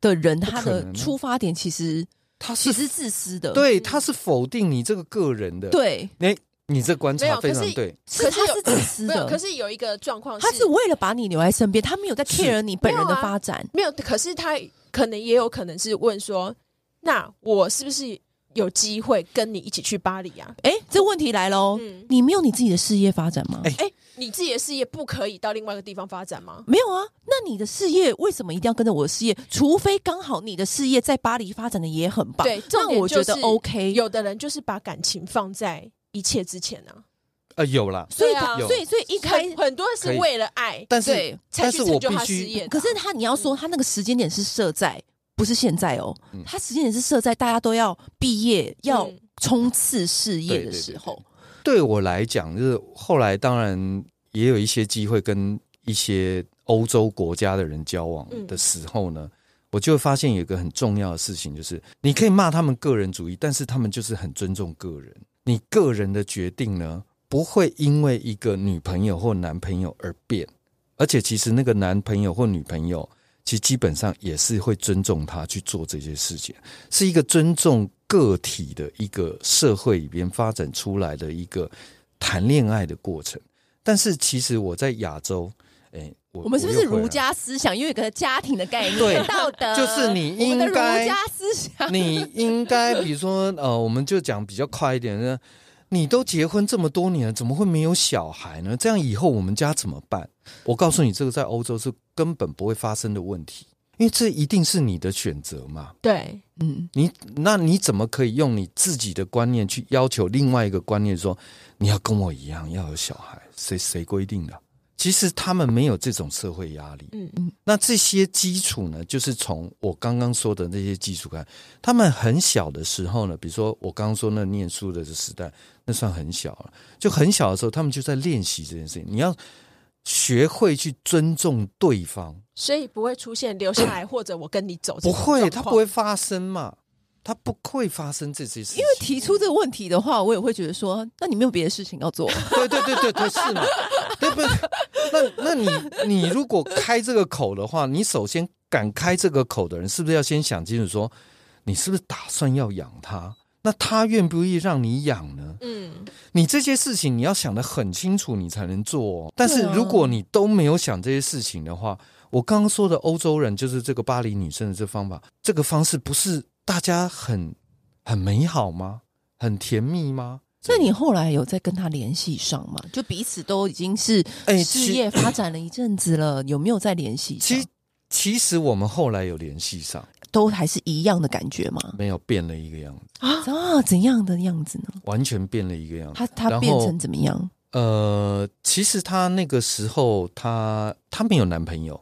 Speaker 1: 的人，
Speaker 3: 可
Speaker 1: 他的
Speaker 3: 能啊
Speaker 1: 出发点其实
Speaker 3: 他
Speaker 1: 其
Speaker 3: 是
Speaker 1: 实自私的，
Speaker 3: 对，他是否定你这个个人的，，
Speaker 1: 对，
Speaker 3: 你这观
Speaker 2: 没
Speaker 3: 察
Speaker 2: 有
Speaker 3: 非
Speaker 2: 可
Speaker 3: 常
Speaker 2: 是
Speaker 3: 对，
Speaker 1: 是
Speaker 2: 可是
Speaker 1: 他
Speaker 2: 有
Speaker 1: 是自私
Speaker 2: 没有，
Speaker 1: 的，
Speaker 2: 可是有一个状况
Speaker 1: 他是为了把你留在身边，他没有在
Speaker 3: 是
Speaker 1: care 你本人
Speaker 2: 没
Speaker 1: 的
Speaker 2: 有啊
Speaker 1: 发展，
Speaker 2: 没有，可是他可能也有可能是问说，那我是不是有机会跟你一起去巴黎啊？
Speaker 1: 哎，这问题来喽，
Speaker 3: 哦
Speaker 2: 嗯，
Speaker 1: 你没有你自己的事业发展吗？
Speaker 3: 哎
Speaker 2: 哎、你自己的事业不可以到另外一个地方发展吗？
Speaker 1: 没有啊，那你的事业为什么一定要跟着我的事业？除非刚好你的事业在巴黎发展的也很棒，
Speaker 2: 对，重
Speaker 1: 那
Speaker 2: 点
Speaker 1: 我
Speaker 2: 就
Speaker 1: 觉
Speaker 2: 是
Speaker 1: 得 OK。
Speaker 2: 有的人就是把感情放在一切之前啊，
Speaker 3: 呃，有啦，
Speaker 1: 所以
Speaker 2: 对啊
Speaker 1: 他，
Speaker 3: 有
Speaker 1: 所以，所以一开
Speaker 2: 很，很多是
Speaker 3: 可以
Speaker 2: 为了爱
Speaker 3: 但是
Speaker 1: 对
Speaker 2: 才
Speaker 3: 但
Speaker 2: 去
Speaker 3: 是
Speaker 2: 成
Speaker 3: 我
Speaker 2: 就
Speaker 3: 必
Speaker 2: 他事
Speaker 3: 须
Speaker 2: 业的
Speaker 1: 可
Speaker 2: 啊。
Speaker 1: 是他你要说他那个时间点是设在，不是现在哦
Speaker 3: 嗯，
Speaker 1: 他时间点是设在大家都要毕业、要
Speaker 2: 嗯
Speaker 1: 冲刺事业的
Speaker 3: 对对
Speaker 1: 时候，
Speaker 3: 对我来讲，就是后来当然也有一些机会跟一些欧洲国家的人交往的时候
Speaker 1: 嗯
Speaker 3: 呢，我就会发现有一个很重要的事情，就是你可以骂他们个人主义，但是他们就是很尊重个人。你个人的决定呢，不会因为一个女朋友或男朋友而变，而且其实那个男朋友或女朋友，其实基本上也是会尊重他去做这些事情。是一个尊重个体的一个社会里边发展出来的一个谈恋爱的过程。但是其实我在亚洲，哎、我
Speaker 1: 我们是不是儒？
Speaker 3: 又
Speaker 1: 家思想又有一个家庭的概念？
Speaker 3: 对
Speaker 1: 道德
Speaker 3: 就是你
Speaker 1: 我们的儒
Speaker 3: 应该
Speaker 1: 家思想
Speaker 3: 回来了你应该比如说呃，我们就讲比较快一点呢。你都结婚这么多年了，怎么会没有小孩呢？这样以后我们家怎么办？我告诉你，这个在欧洲是根本不会发生的问题，因为这一定是你的选择嘛。
Speaker 2: 对，
Speaker 1: 嗯，
Speaker 3: 你那你怎么可以用你自己的观念去要求另外一个观念说你要跟我一样要有小孩？谁谁规定的？其实他们没有这种社会压力。
Speaker 2: 嗯
Speaker 1: 嗯
Speaker 3: 那这些基础呢，就是从我刚刚说的那些基础看，他们很小的时候呢，比如说我刚刚说那念书的时代，那算很小了，就很小的时候，他们就在练习这件事情。你要学会去尊重对方，
Speaker 2: 所以不会出现留下来或者我跟你走这
Speaker 3: 不
Speaker 2: 种状况，
Speaker 3: 会，它不会发生嘛，它不会发生这些事情。
Speaker 1: 因为提出这个问题的话，我也会觉得说，那你没有别的事情要 做，
Speaker 3: 对对对对对，是嘛？对不对？那那你你如果开这个口的话，你首先敢开这个口的人，是不是要先想清楚说，你是不是打算要养他？那他愿不愿意让你养呢？
Speaker 2: 嗯，
Speaker 3: 你这些事情你要想得很清楚，你才能做、哦。但是
Speaker 1: 对啊
Speaker 3: 如果你都没有想这些事情的话，我刚刚说的欧洲人就是这个巴黎女生的这方法，这个方式不是大家很很美好吗？很甜蜜吗？
Speaker 1: 那你后来有在跟他联系上吗？就彼此都已经是
Speaker 3: 哎
Speaker 1: 事
Speaker 3: 其
Speaker 1: 业发展了一阵子了，有没有在联系上？
Speaker 3: 其其实我们后来有联系上，
Speaker 1: 都还是一样的感觉吗？
Speaker 3: 没有变了一个样子，
Speaker 1: 啊，怎样的样子呢？
Speaker 3: 完全变了一个样子。
Speaker 1: 他他
Speaker 3: 嗯然后
Speaker 1: 变成怎么样？
Speaker 3: 呃，其实她那个时候她她没有男朋友，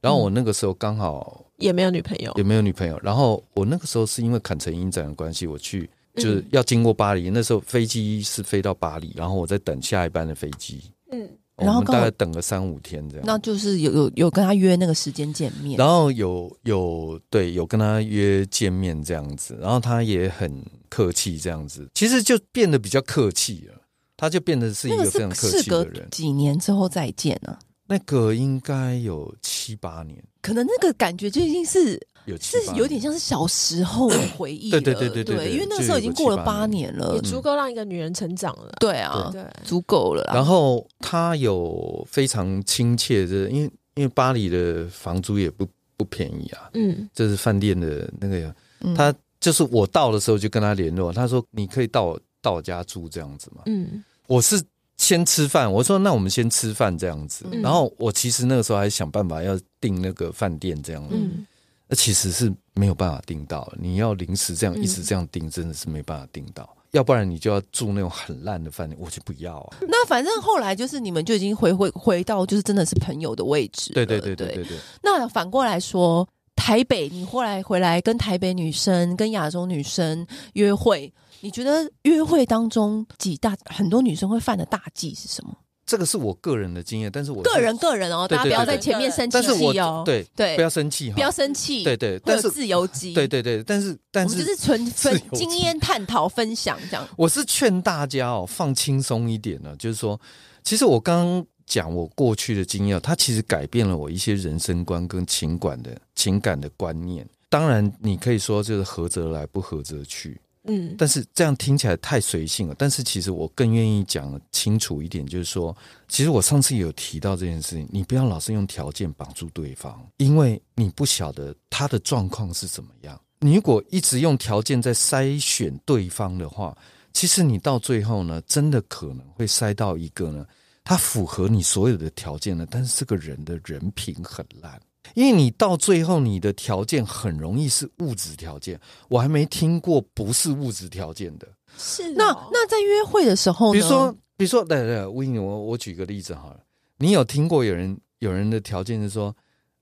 Speaker 3: 然后我那个时候刚好
Speaker 2: 也没有女朋友
Speaker 3: 也，没有女朋友，然后我那个时候是因为坎城影展的关系，我去
Speaker 1: 嗯
Speaker 3: 就是要经过巴黎，那时候飞机是飞到巴黎，然后我在等下一班的飞机，
Speaker 2: 嗯，
Speaker 1: 然后
Speaker 3: 我们
Speaker 1: 刚好
Speaker 3: 大概等个三五天这样。
Speaker 1: 那就是有有有跟他约那个时间见面，
Speaker 3: 然后有有对有跟他约见面这样子，然后他也很客气这样子，其实就变得比较客气了。他就变得是一
Speaker 1: 那
Speaker 3: 个
Speaker 1: 个
Speaker 3: 非常
Speaker 1: 是
Speaker 3: 客
Speaker 1: 事
Speaker 3: 气
Speaker 1: 隔
Speaker 3: 的人。
Speaker 1: 几年之后再见啊？
Speaker 3: 那个应该有七八年，
Speaker 1: 可能那个感觉就已经是
Speaker 3: 有七
Speaker 1: 是
Speaker 3: 八年
Speaker 1: 有点像是小 时候的回忆了，
Speaker 3: 对对对对对对
Speaker 1: 因为那个
Speaker 3: 就
Speaker 1: 时候已
Speaker 3: 有
Speaker 1: 经
Speaker 3: 个
Speaker 1: 过了
Speaker 3: 7-8
Speaker 1: 八年
Speaker 3: 年
Speaker 1: 了
Speaker 2: 也，足够让一个女人成长了。
Speaker 1: 对啊，
Speaker 2: 对，
Speaker 1: 足够了啦
Speaker 3: 然。后他有非常亲切的，因为因为巴黎的房租也不不便宜啊，
Speaker 2: 嗯，
Speaker 3: 这是饭店的那个，
Speaker 1: 嗯
Speaker 3: 他就是我到的时候就跟他联络，他说你可以到我到我家住这样子嘛。
Speaker 2: 嗯，
Speaker 3: 我是先吃饭，我说那我们先吃饭这样子，
Speaker 2: 嗯
Speaker 3: 然后我其实那个时候还想办法要订那个饭店这样子，
Speaker 2: 嗯，
Speaker 3: 那其实是没有办法订到的，你要临时这样
Speaker 2: 嗯
Speaker 3: 一直这样订，真的是没办法订到。要不然你就要住那种很烂的饭店，我就不要 啊！
Speaker 1: 那反正后来就是你们就已经回回回到就是真的是朋友的位置了，
Speaker 3: 对对对对
Speaker 1: 对
Speaker 3: 对对，
Speaker 1: 那反过来说，台北你后来回来跟台北女生、跟亚洲女生约会，你觉得约会当中几大很多女生会犯的大忌是什么？
Speaker 3: 这个是我个人的经验，但是我是
Speaker 1: 个人个人哦，
Speaker 3: 对
Speaker 1: 大家不要
Speaker 3: 对对
Speaker 1: 在前面生
Speaker 3: 但
Speaker 1: 气
Speaker 3: 是我
Speaker 1: 气哦，
Speaker 3: 对
Speaker 1: 对
Speaker 3: 不要生气哈，
Speaker 1: 不要生气，
Speaker 3: 对对，
Speaker 1: 会
Speaker 3: 但
Speaker 1: 有
Speaker 3: 是
Speaker 1: 自由基，
Speaker 3: 对对对，但是但
Speaker 1: 我们
Speaker 3: 是
Speaker 1: 就是纯
Speaker 3: 自由
Speaker 1: 分
Speaker 3: 基
Speaker 1: 经验探讨分享这样，
Speaker 3: 我是劝大家哦，放轻松一点呢、就是说，其实我刚刚讲我过去的经验哦，它其实改变了我一些人生观跟情感的情感的观念。当然，你可以说就是合则来，不合则去，
Speaker 2: 嗯，
Speaker 3: 但是这样听起来太随性了。但是其实我更愿意讲清楚一点，就是说，其实我上次有提到这件事情，你不要老是用条件绑住对方，因为你不晓得他的状况是怎么样。你如果一直用条件在筛选对方的话，其实你到最后呢，真的可能会筛到一个呢，他符合你所有的条件了，但是这个人的人品很烂。因为你到最后，你的条件很容易是物质条件，我还没听过不是物质条件的。
Speaker 2: 是哦
Speaker 1: 那那在约会的时哦候呢，
Speaker 3: 哦比如说，比如说，来来，我你我我举个例子好了，你有听过有人有人的条件是说，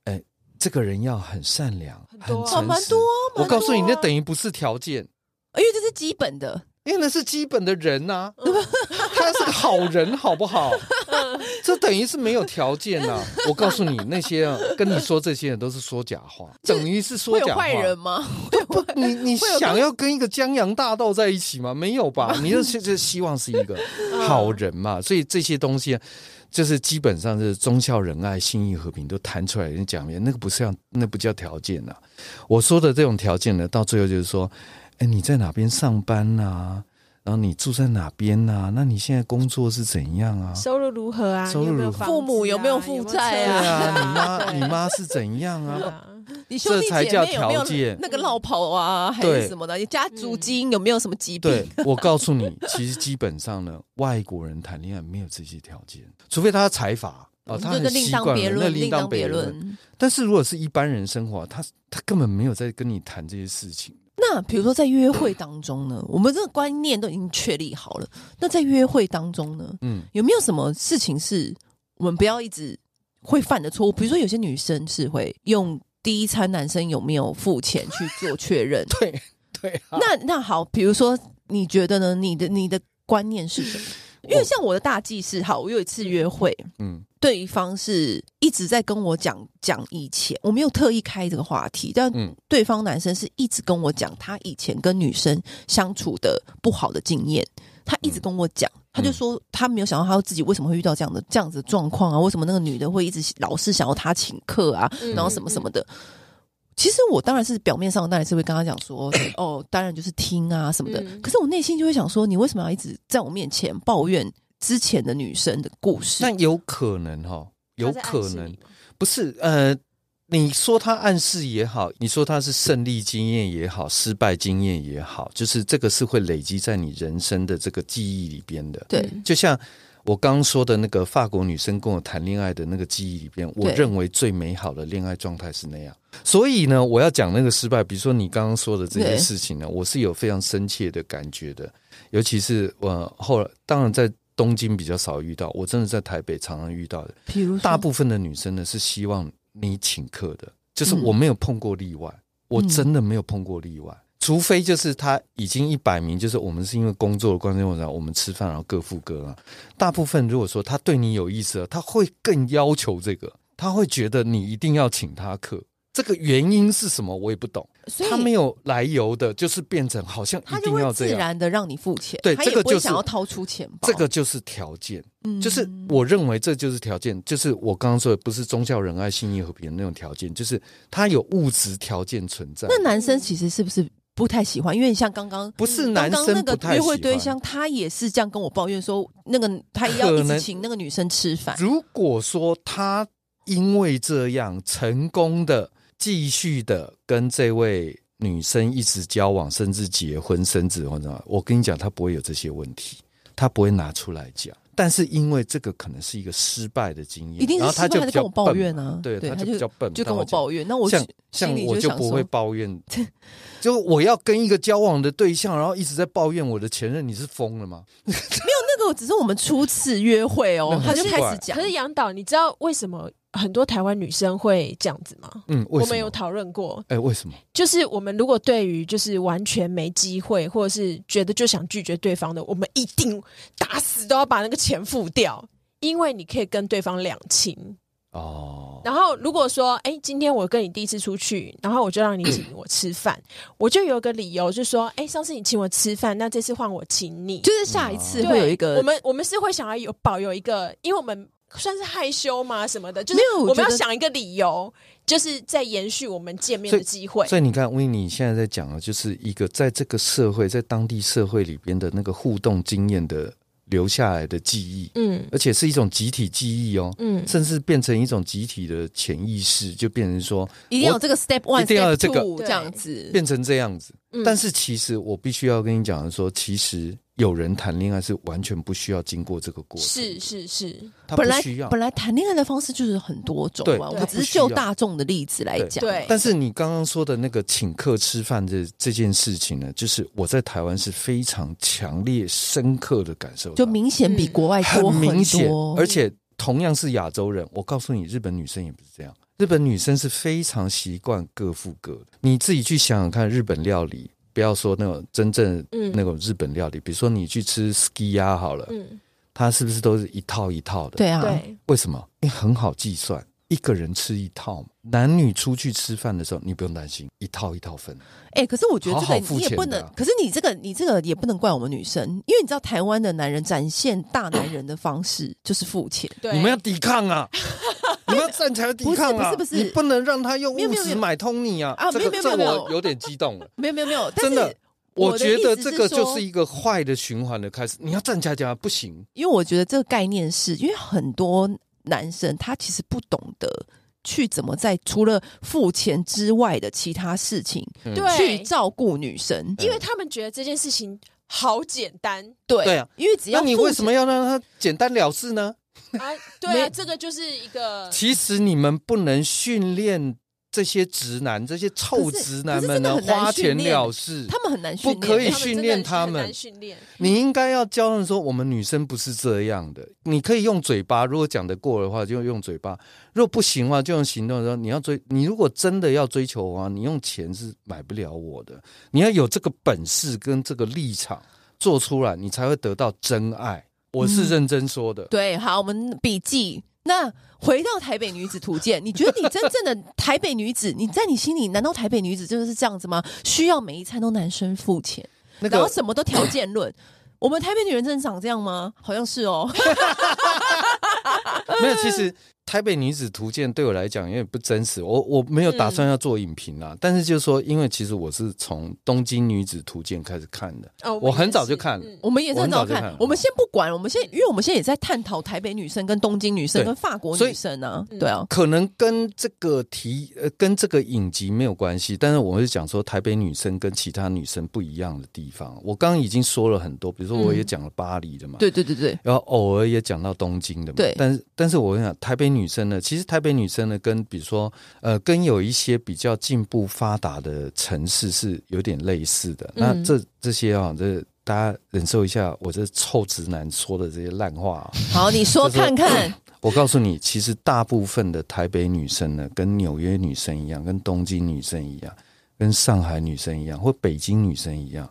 Speaker 3: 哎，这个人要很善良，
Speaker 2: 很
Speaker 3: 很
Speaker 2: 多啊
Speaker 1: 哦
Speaker 3: 诚
Speaker 1: 蛮
Speaker 3: 实
Speaker 1: 多。，
Speaker 3: 我告诉你，那
Speaker 1: 等。
Speaker 3: 等于不是条件，
Speaker 1: 因为这是基本的，
Speaker 3: 因为那是基本的 人呐、他是个好人，好不好？这等于是没有条件啊！我告诉你，那些啊跟你说这些人都是说假 话，等于是说
Speaker 1: 会有
Speaker 3: 假话。
Speaker 1: 坏人吗？
Speaker 3: 不，你你
Speaker 1: 会有
Speaker 3: 想要跟一个江洋大盗在一起吗？没有吧？你就是就希望是一个好人嘛。所以这些东西啊，就是基本上是忠孝仁爱、心意和平都谈出来。人讲哎明那个不是要，那不叫条件啊。我说的这种条件呢，到最后就是说，哎，你在哪边上班啊？然后你住在哪边啊？那你现在工作是怎样啊？
Speaker 2: 收入如何啊？
Speaker 3: 收入
Speaker 2: 你有没有
Speaker 3: 如何
Speaker 2: 房子啊
Speaker 1: 父母有没有负债
Speaker 3: 对
Speaker 1: 啊
Speaker 3: 啊，
Speaker 2: 有没有
Speaker 3: 你妈
Speaker 2: 车
Speaker 3: 你妈是怎样
Speaker 2: 对
Speaker 3: 啊？
Speaker 2: 啊
Speaker 1: 你兄弟
Speaker 3: 这才
Speaker 1: 姐
Speaker 3: 叫
Speaker 1: 妹有没有
Speaker 3: 条件
Speaker 1: 那个落跑啊，还是
Speaker 3: 对
Speaker 1: 什么的？你家族基因有没有什么疾病？
Speaker 3: 对，我告诉你，其实基本上呢，外国人谈恋爱没有这些条件，除非他的财阀啊，
Speaker 1: 嗯
Speaker 3: 他
Speaker 1: 那
Speaker 3: 很
Speaker 1: 个另
Speaker 3: 习
Speaker 1: 当
Speaker 3: 惯
Speaker 1: 别
Speaker 3: 了，那
Speaker 1: 论，另
Speaker 3: 当
Speaker 1: 当别
Speaker 3: 别论。
Speaker 1: 论。
Speaker 3: 但是如果是一般人生活，他他根本没有在跟你谈这些事情。
Speaker 1: 那比如说在约会当中呢，我们这个观念都已经确立好了。那在约会当中呢，
Speaker 3: 嗯，。
Speaker 1: 有没有什么事情是我们不要一直会犯的错误？比如说有些女生是会用第一餐男生有没有付钱去做确认
Speaker 3: 对对啊，
Speaker 1: 那那好，比如说你觉得呢？你的你的观念是什么？因为
Speaker 3: 我
Speaker 1: 像我的大忌是，好，我有一次约会，
Speaker 3: 嗯
Speaker 1: 对方是一直在跟我讲讲以前，我没有特意开这个话题，但
Speaker 3: 嗯
Speaker 1: 对方男生是一直跟我讲他以前跟女生相处的不好的经验，他一直跟我讲，
Speaker 2: 嗯
Speaker 1: 他就说他没有想到他自己为什么会遇到这样的这样子的状况啊，为什么那个女的会一直老是想要他请客啊，
Speaker 2: 嗯
Speaker 1: 然后什么什么的。其实我当然是表面上当然是会跟他讲 说，哦，当然就是听啊什么的。
Speaker 2: 嗯
Speaker 1: 可是我内心就会想说，你为什么要一直在我面前抱怨之前的女生的故事？
Speaker 3: 那有可能哈、哦，有
Speaker 2: 他在暗
Speaker 3: 可
Speaker 2: 示
Speaker 3: 能
Speaker 2: 你吗
Speaker 3: 不是呃，你说他暗示也好，你说他是胜利经验也好，失败经验也好，就是这个是会累积在你人生的这个记忆里边的。
Speaker 1: 对，
Speaker 2: 嗯
Speaker 3: 就像我刚刚说的那个法国女生跟我谈恋爱的那个记忆里边，我认为最美好的恋爱状态是那样。所以呢，我要讲那个失败，比如说你刚刚说的这些
Speaker 1: 对
Speaker 3: 事情呢，我是有非常深切的感觉的。尤其是我、呃后来，当然在东京比较少遇到，我真的在台北常常遇到的。
Speaker 1: 比如说
Speaker 3: 大部分的女生呢是希望你请客的，就是
Speaker 1: 嗯
Speaker 3: 我没有碰过例外，我真的没有碰过例外，除非就是他已经一摆明就是我们是因为工作的关系，或者我们吃饭然后各付各啊。大部分如果说他对你有意思了，他会更要求这个，他会觉得你一定要请他客。这个原因是什么？我也不懂，
Speaker 1: 所以
Speaker 3: 他没有来由的，就是变成好像
Speaker 1: 他
Speaker 3: 一
Speaker 1: 就
Speaker 3: 定要
Speaker 1: 会
Speaker 3: 这
Speaker 1: 自
Speaker 3: 样。
Speaker 1: 然的让你付钱，
Speaker 3: 对
Speaker 1: 他
Speaker 3: 这
Speaker 1: 也
Speaker 3: 个
Speaker 1: 不会
Speaker 3: 就是
Speaker 1: 想要掏出钱包。
Speaker 3: 这个就是条件，
Speaker 1: 嗯
Speaker 3: 就是我认为这就是条件，就是我刚刚说的，不是忠孝仁爱、信义和平的那种条件，就是它有物质条件存在。
Speaker 1: 那男生其实是不是不太喜欢？因为像刚刚
Speaker 3: 不是
Speaker 1: 刚
Speaker 3: 男
Speaker 1: 刚
Speaker 3: 生
Speaker 1: 那
Speaker 3: 不
Speaker 1: 个
Speaker 3: 太
Speaker 1: 约
Speaker 3: 喜
Speaker 1: 会
Speaker 3: 欢。
Speaker 1: 对象，他也是这样跟我抱怨说，那个他也要一
Speaker 3: 可
Speaker 1: 直
Speaker 3: 能
Speaker 1: 请那个女生吃饭。
Speaker 3: 如果说他因为这样成功的继续的跟这位女生一直交往，甚至结婚生子或者，我跟你讲，他不会有这些问题，他不会拿出来讲。但是因为这个可能是一个失败的经验，
Speaker 1: 一定是
Speaker 3: 然后
Speaker 1: 失败
Speaker 3: 他就
Speaker 1: 他就
Speaker 3: 比较
Speaker 1: 跟我抱
Speaker 3: 笨
Speaker 1: 怨
Speaker 3: 嘛
Speaker 1: 啊
Speaker 3: 对，
Speaker 1: 对
Speaker 3: 他
Speaker 1: 他
Speaker 3: 就比较笨，
Speaker 1: 就跟我
Speaker 3: 他会讲
Speaker 1: 抱怨，那我
Speaker 3: 像
Speaker 1: 心
Speaker 3: 像
Speaker 1: 里
Speaker 3: 我
Speaker 1: 就
Speaker 3: 就
Speaker 1: 想
Speaker 3: 不
Speaker 1: 说
Speaker 3: 会 抱怨，就我要跟一个交往的对象，然后一直在抱怨我的前任，你是疯了吗？
Speaker 1: 那个只是我们初次约会哦，
Speaker 3: 那
Speaker 1: 他
Speaker 3: 很
Speaker 1: 就
Speaker 3: 奇
Speaker 1: 开
Speaker 3: 怪
Speaker 1: 始讲
Speaker 2: 可，是杨导，你知道为什么很多台湾女生会这样子吗？
Speaker 3: 嗯，
Speaker 2: 我
Speaker 3: 为什
Speaker 2: 们有
Speaker 3: 么？
Speaker 2: 讨论过，
Speaker 3: 哎，为什么？
Speaker 2: 就是我们如果对于就是完全没机会，或哦者是觉得就想拒绝对方的，我们一定打死都要把那个钱付掉，因为你可以跟对方两清。
Speaker 3: 哦，
Speaker 2: 然后如果说，哎，今天我跟你第一次出去，然后我就让你请我吃饭，哎我就有个理由，就说，哎，上次你请我吃饭，那这次换我请你，
Speaker 1: 就是下一次
Speaker 2: 对
Speaker 1: 会有一个
Speaker 2: 我们我们是会想要有保有一个，因为我们算是害羞嘛什么的，就
Speaker 1: 没
Speaker 2: 是
Speaker 1: 有我
Speaker 2: 我们
Speaker 1: 觉
Speaker 2: 要
Speaker 1: 得
Speaker 2: 想一个理由，就是在延续我们见面的机会。
Speaker 3: 所以你看，维尼现在在讲的，就是一个在这个社会，在当地社会里边的那个互动经验的留下来的记忆，
Speaker 2: 嗯
Speaker 3: 而且是一种集体记忆哦，
Speaker 2: 嗯，
Speaker 3: 甚至变成一种集体的潜意识，就变成说
Speaker 1: 一定要有这个 step one
Speaker 3: 一定要有
Speaker 1: step
Speaker 3: 这个
Speaker 1: two 这样子，
Speaker 3: 变成这样子。
Speaker 2: 嗯
Speaker 3: 但是其实我必须要跟你讲的说，其实有人谈恋爱是完全不需要经过这个过程，
Speaker 2: 是是是，
Speaker 3: 他不
Speaker 1: 本来
Speaker 3: 需要。
Speaker 1: 本来谈恋爱的方式就是很多种
Speaker 3: 对
Speaker 1: 嘛，我
Speaker 2: 对
Speaker 1: 们只
Speaker 3: 不
Speaker 1: 是
Speaker 3: 需要
Speaker 1: 就大众的例子来讲，
Speaker 2: 对
Speaker 3: 但是你刚刚说的那个请客吃饭这这件事情呢，就是我在台湾是非常强烈、深刻的感受到，
Speaker 1: 就明显比国外多
Speaker 3: 嗯很明显
Speaker 1: 多，，
Speaker 3: 而且同样是亚洲人，我告诉你，日本女生也不是这样。日本女生是非常习惯各付各的，你自己去想想看，日本料理，不要说那种真正
Speaker 2: 嗯
Speaker 3: 那种日本料理，比如说你去吃 ski 呀好了，
Speaker 2: 嗯，
Speaker 3: 它是不是都是一套一套的？
Speaker 1: 对啊，
Speaker 2: 对，
Speaker 3: 为什么？因为很好计算，一个人吃一套嘛。男女出去吃饭的时候，你不用担心一套一套分。
Speaker 1: 哎、可是我觉得这
Speaker 3: 好
Speaker 1: 个
Speaker 3: 好付
Speaker 1: 你也
Speaker 3: 钱
Speaker 1: 不
Speaker 3: 的
Speaker 1: 能，
Speaker 3: 啊
Speaker 1: 可是你这个你这个也不能怪我们女生，因为你知道台湾的男人展现大男人的方式就是付钱，
Speaker 2: 对，
Speaker 3: 你们要抵 抗啊！你们要站起来抵抗啊！
Speaker 1: 不是不是不是
Speaker 3: 你不能让他用
Speaker 1: 没有
Speaker 3: 物
Speaker 1: 没有没
Speaker 3: 质
Speaker 1: 有
Speaker 3: 买通你啊！
Speaker 1: 啊
Speaker 3: 这
Speaker 1: 没有
Speaker 3: 个
Speaker 1: 没有
Speaker 3: 这
Speaker 1: 没有
Speaker 3: 我有点激动了，
Speaker 1: 没有没有没有，但
Speaker 3: 真的
Speaker 1: 是。
Speaker 3: 我
Speaker 1: 的
Speaker 3: 觉
Speaker 1: 意
Speaker 3: 得
Speaker 1: 思
Speaker 3: 这个就
Speaker 1: 说
Speaker 3: 是一个坏的循环的开始。你要站起来讲不行，
Speaker 1: 因为我觉得这个概念是因为很多男生他其实不懂得去怎么在除了付钱之外的其他事情
Speaker 3: 嗯
Speaker 1: 去
Speaker 2: 对，
Speaker 1: 照顾女生，
Speaker 2: 因为他们觉得这件事情好简单
Speaker 1: 对
Speaker 3: 对啊
Speaker 1: 因为只要
Speaker 3: 那你
Speaker 1: 付
Speaker 3: 为
Speaker 1: 钱
Speaker 3: 什么要让他简单了事呢？
Speaker 2: 啊，对
Speaker 1: 没
Speaker 2: 啊，这个就是一个
Speaker 3: 其实你们不能训练这些直男、这些臭直男们呢
Speaker 1: 可是可是真的很，难
Speaker 3: 花钱
Speaker 1: 训练
Speaker 3: 了事。
Speaker 1: 他们很难训
Speaker 3: 不
Speaker 1: 练？
Speaker 3: 可以
Speaker 2: 他们真的
Speaker 3: 训练他
Speaker 2: 很
Speaker 3: 们
Speaker 2: 难训练，
Speaker 3: 你应该要教他们说，我们女生不是这样的。你可以用嘴巴，如果讲得过的话，就用嘴巴；如果不行的话，就用行动说，你要追，你如果真的要追求我啊，你用钱是买不了我的。你要有这个本事跟这个立场做出来，你才会得到真爱。我是认真说的。
Speaker 1: 对，好，我们笔记。那回到台北女子图鉴，你觉得你真正的台北女子，你在你心里，难道台北女子就是这样子吗？需要每一餐都男生付钱，
Speaker 3: 那
Speaker 1: 然后
Speaker 3: 个
Speaker 1: 什么都条件论？我们台北女人真的长这样吗？好像是 哦。
Speaker 3: 没有，其实《台北女子图鉴》对我来讲有点不真实，我我没有打算要做影评啦。但是就是说，因为其实我是从《东京女子图鉴》开始看的，
Speaker 2: 哦，
Speaker 3: 我很
Speaker 2: 也
Speaker 3: 早
Speaker 2: 是
Speaker 3: 就看了
Speaker 2: 嗯
Speaker 1: 我们也是
Speaker 3: 我很
Speaker 1: 早
Speaker 3: 早就
Speaker 1: 看，
Speaker 3: 看了
Speaker 1: 我们先不管，我们先，因为我们现在也在探讨台北女生、跟东京女生、
Speaker 3: 对
Speaker 1: 跟法国
Speaker 3: 所以
Speaker 1: 女生啊，
Speaker 2: 嗯
Speaker 1: 对啊，
Speaker 3: 可能跟这个题呃跟这个影集没有关系，但是我会讲说台北女生跟其他女生不一样的地方。我刚刚已经说了很多，比如说我也讲了巴黎的嘛，
Speaker 1: 对对对对，
Speaker 3: 然后偶尔也讲到东京的嘛。
Speaker 1: 对
Speaker 3: 但是但是我跟你讲，台北女生呢，其实台北女生呢，跟比如说呃，跟有一些比较进步发达的城市是有点类似的。那
Speaker 2: 嗯
Speaker 3: 这这些啊，这大家忍受一下我这臭直男说的这些烂话、啊。
Speaker 1: 好，你说
Speaker 3: 这是
Speaker 1: 看看，
Speaker 3: 我告诉你，其实大部分的台北女生呢，跟纽约女生一样，跟东京女生一样，跟上海女生一样，或北京女生一样，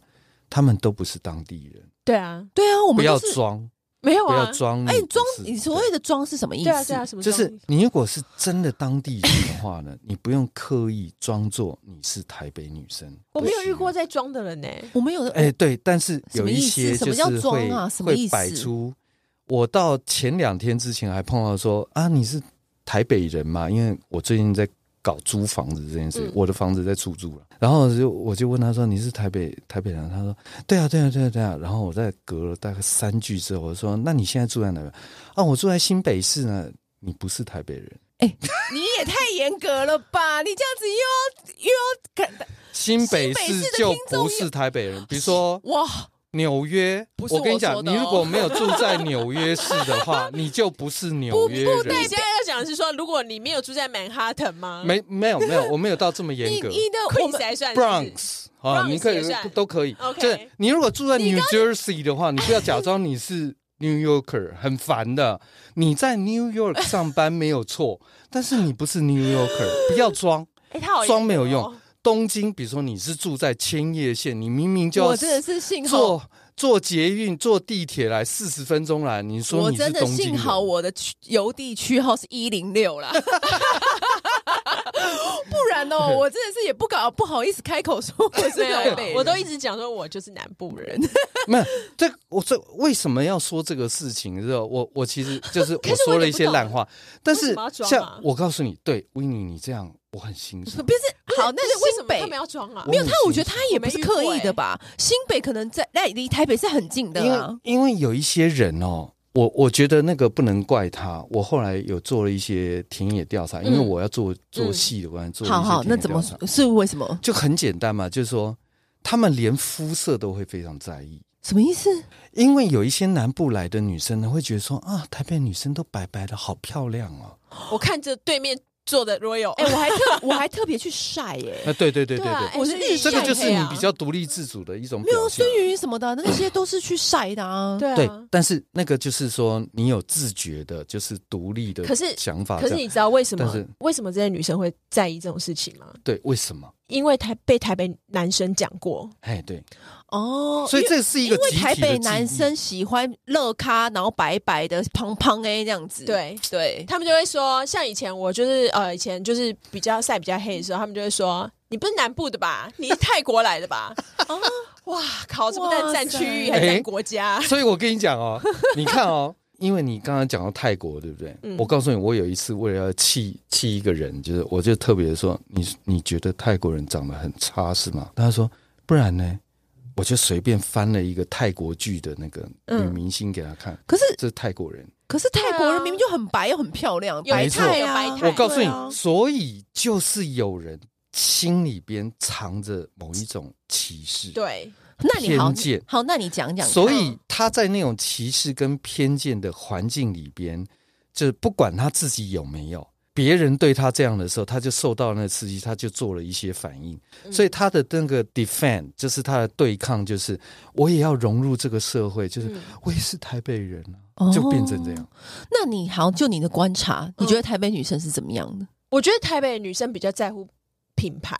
Speaker 3: 她们都不是当地人。
Speaker 2: 对啊，
Speaker 1: 对啊，我
Speaker 3: 不
Speaker 1: 们
Speaker 3: 要
Speaker 1: 就是，
Speaker 3: 装，
Speaker 2: 没有
Speaker 3: 不
Speaker 2: 啊，
Speaker 3: 要装你不
Speaker 1: 哎，
Speaker 3: 是。
Speaker 1: 你装，你所谓的装是什么意
Speaker 2: 对啊对
Speaker 1: 思
Speaker 2: 啊，？什么
Speaker 3: 就是
Speaker 2: 装
Speaker 3: 你如果是真的当地人的话呢，你不用刻意装作你是台北女生。
Speaker 2: 我没有遇过
Speaker 3: 不行。啊
Speaker 2: 在装的人呢、
Speaker 1: 我们有的，
Speaker 3: 哎、对，但是有一些
Speaker 1: 什
Speaker 3: 就
Speaker 1: 么意思什
Speaker 3: 是
Speaker 1: 么叫
Speaker 3: 会、
Speaker 1: 装啊什么意
Speaker 3: 会
Speaker 1: 思
Speaker 3: 摆出。我到前两天之前还碰到说啊，你是台北人嘛？因为我最近在搞租房子这件事，
Speaker 2: 嗯
Speaker 3: 我的房子在出租了。然后就我就问他说你是台北台北人？他说对啊对啊对啊对啊。然后我在隔了大概三句之后，我就说那你现在住在哪边？啊，我住在新北市呢。你不是台北人。
Speaker 1: 你也太严格了吧？你这样子又要又要看
Speaker 3: 新北市就不是台北人，比如说
Speaker 1: 哇，
Speaker 3: 纽约，
Speaker 1: 不是我
Speaker 3: 跟
Speaker 1: 说
Speaker 3: 你讲，
Speaker 1: 的哦
Speaker 3: 你如果没有住在纽约市的话，你就不是纽约
Speaker 2: 那你
Speaker 3: 人
Speaker 2: 现。在要讲的是说，如果你没有住在曼哈顿吗？
Speaker 3: 没没有没有，我没有到这么严
Speaker 1: 你
Speaker 3: 格。
Speaker 1: 你的我
Speaker 2: ，Queens
Speaker 1: 们
Speaker 2: 还算是
Speaker 3: Bronx 啊，
Speaker 2: Bronx
Speaker 3: 你可
Speaker 2: 也
Speaker 3: 以
Speaker 2: 算
Speaker 3: 都可以。
Speaker 2: OK
Speaker 3: 就是你如果住在 New Jersey 的话，你不要假装你是 New Yorker，很烦的。你在 New York 上班没有错，但是你不是 New Yorker，不要装。
Speaker 2: 哎、他好严格哦
Speaker 3: 装没有用。东京，比如说你是住在千叶县，你明明就要
Speaker 1: 我真的是幸好
Speaker 3: 坐坐捷运、坐地铁来四十分钟来，你说
Speaker 1: 我
Speaker 3: 你是
Speaker 1: 真的
Speaker 3: 东京
Speaker 1: 幸
Speaker 3: 人
Speaker 1: 好我的区邮地区号是一零六 啦，不然哦，我真的是也不搞不好意思开口说我是
Speaker 2: 没
Speaker 1: 台北
Speaker 2: 有，我
Speaker 1: 人
Speaker 2: 都一直讲说我就是南部 人，
Speaker 3: 没有这我这为什么要说这个事情？知道我我其实就是
Speaker 2: 可是我
Speaker 3: 我说
Speaker 2: 也
Speaker 3: 了
Speaker 2: 不
Speaker 3: 一些烂话，但
Speaker 2: 为什
Speaker 3: 是
Speaker 2: 么要装啊
Speaker 3: 像我告诉你，对维尼你这样我很欣赏。
Speaker 1: 不是好，
Speaker 2: 但
Speaker 1: 那
Speaker 2: 是为什
Speaker 1: 新
Speaker 2: 么
Speaker 1: 北
Speaker 2: 他们要装啊
Speaker 3: 我？
Speaker 1: 没有他，我觉得他也
Speaker 2: 我
Speaker 1: 不
Speaker 2: 没
Speaker 1: 是
Speaker 2: 遇
Speaker 1: 刻
Speaker 2: 过
Speaker 1: 意的
Speaker 2: 欸
Speaker 1: 吧？新北可能在那离台北是很近的
Speaker 3: 因为
Speaker 1: 啊。
Speaker 3: 因为有一些人哦，我我觉得那个不能怪他。我后来有做了一些田野调查，因为
Speaker 2: 嗯
Speaker 3: 我要做做戏的关系，做了
Speaker 1: 好
Speaker 3: 一些
Speaker 1: 好，
Speaker 3: 田
Speaker 1: 那
Speaker 3: 野
Speaker 1: 怎
Speaker 3: 调
Speaker 1: 么
Speaker 3: 查
Speaker 1: 是为什么？
Speaker 3: 就很简单嘛，就是说他们连肤色都会非常在意。
Speaker 1: 什么意思？
Speaker 3: 因为有一些南部来的女生呢，会觉得说啊，台北女生都白白的，好漂亮哦。
Speaker 2: 我看着对面坐的 Royal，
Speaker 1: 哎，我还特我还特别去晒耶，
Speaker 3: 啊，对对对对
Speaker 2: 对啊
Speaker 3: 对，
Speaker 2: 哎
Speaker 1: 我是
Speaker 2: 所以
Speaker 1: 日
Speaker 3: 这个
Speaker 1: 晒
Speaker 3: 就是
Speaker 1: 黑
Speaker 3: 你
Speaker 1: 啊
Speaker 3: 比较独立自主的一种
Speaker 1: 没有
Speaker 3: 表现
Speaker 1: 孙。宇什么的，那些都是去晒的啊。
Speaker 2: 对
Speaker 3: 对
Speaker 2: 啊，
Speaker 3: 但是那个就是说，你有自觉的，就是独立的，
Speaker 2: 可是
Speaker 3: 想法
Speaker 2: 可
Speaker 3: 这
Speaker 2: 是
Speaker 3: 样。
Speaker 2: 你知道为什
Speaker 3: 啊但
Speaker 2: 么
Speaker 3: 是
Speaker 2: 为什么这些女生会在意这种事情吗？
Speaker 3: 对，为什么？
Speaker 2: 因为台被台北男生讲过，
Speaker 3: 哎，对，
Speaker 1: 哦，
Speaker 3: 所以
Speaker 1: 因为
Speaker 3: 这是一
Speaker 1: 因
Speaker 3: 个
Speaker 1: 为
Speaker 3: 集体
Speaker 1: 台
Speaker 3: 的
Speaker 1: 北
Speaker 3: 记忆
Speaker 1: 男生喜欢乐咖，然后白白的、胖胖哎这样子。
Speaker 2: 对
Speaker 1: 对，
Speaker 2: 他们就会说，像以前我就是呃，以前就是比较晒比较黑的时候，他们就会说，你不是南部的吧？你是泰国来的吧？ 啊，哇靠！这不但占区域，
Speaker 3: 哇
Speaker 2: 还
Speaker 3: 塞
Speaker 2: 占国家。
Speaker 3: 所以我跟你 讲哦，你看哦，因为你刚刚讲到泰国，对不对？
Speaker 2: 嗯
Speaker 3: 我告诉你，我有一次为了要气气一个人，就是我就特别说，你你觉得泰国人长得很差是吗？他说不然呢，我就随便翻了一个泰国剧的那个女
Speaker 2: 嗯
Speaker 3: 明星给他看，
Speaker 1: 可是
Speaker 3: 这是泰国人。
Speaker 1: 可是泰国
Speaker 2: 对
Speaker 1: 人
Speaker 2: 啊
Speaker 1: 明明就很白又很漂亮，
Speaker 2: 有
Speaker 1: 白菜啊，
Speaker 2: 白菜
Speaker 3: 我告诉你，
Speaker 2: 对啊
Speaker 3: 所以就是有人心里边藏着某一种歧视。
Speaker 2: 对，
Speaker 1: 那你好
Speaker 3: 偏见，
Speaker 1: 好，那你讲讲看。
Speaker 3: 所以他在那种歧视跟偏见的环境里边，就是不管他自己有没有，别人对他这样的时候，他就受到那个刺激，他就做了一些反应。
Speaker 2: 嗯
Speaker 3: 所以他的那个 defend 就是他的对抗，就是我也要融入这个社会，就是
Speaker 2: 嗯
Speaker 3: 我也是台北人啊，
Speaker 1: 哦
Speaker 3: 就变成这样。嗯
Speaker 1: 那你好，就你的观察，你觉得台北女生是怎么样的？
Speaker 2: 我觉得台北的女生比较在乎品牌，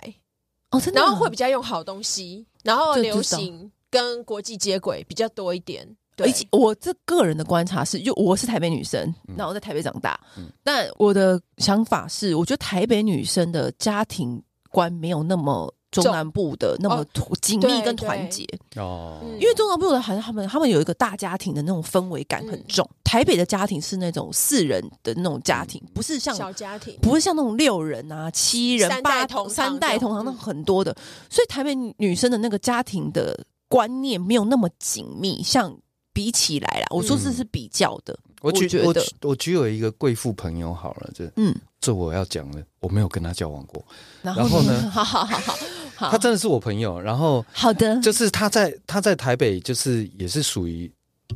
Speaker 1: 哦，真的
Speaker 2: 然
Speaker 1: 啊，
Speaker 2: 后会比较用好东西，然后
Speaker 1: 这
Speaker 2: 流
Speaker 1: 知道
Speaker 2: 行跟国际接轨比较多一点。对
Speaker 1: 而，且我这个人的观察是，就我是台北女生
Speaker 3: 嗯，
Speaker 1: 然后在台北长大
Speaker 3: 嗯，
Speaker 1: 但我的想法是，我觉得台北女生的家庭观没有那么。中
Speaker 2: 重
Speaker 1: 南部的那么
Speaker 2: 哦
Speaker 1: 团紧
Speaker 2: 对
Speaker 1: 密跟
Speaker 2: 对
Speaker 1: 团结，
Speaker 3: 哦
Speaker 2: 嗯
Speaker 1: 因为中南部的还他们他们有一个大家庭的那种氛围感很
Speaker 2: 嗯
Speaker 1: 重。台北的家庭是那种四人的那种
Speaker 3: 嗯
Speaker 1: 家庭，不是像
Speaker 2: 小家庭
Speaker 1: 不是像那种六人啊、七人、
Speaker 2: 三代
Speaker 1: 八
Speaker 2: 同堂
Speaker 1: 三代
Speaker 2: 这种
Speaker 1: 同堂那
Speaker 2: 嗯
Speaker 1: 种很多的，所以台北女生的那个家庭的观念没有那么紧密，像比起来啦，我说这是比较的，
Speaker 3: 我举
Speaker 1: 我觉
Speaker 3: 我
Speaker 1: 得
Speaker 3: 举我举有一个贵妇朋友好了，这
Speaker 1: 嗯，
Speaker 3: 这我要讲了，我没有跟她交往过，
Speaker 1: 然
Speaker 3: 然后 呢
Speaker 1: 好好好好好，
Speaker 3: 她真的是我朋友，然后。
Speaker 1: 好的，
Speaker 3: 就是他在他在台北，就是也是属于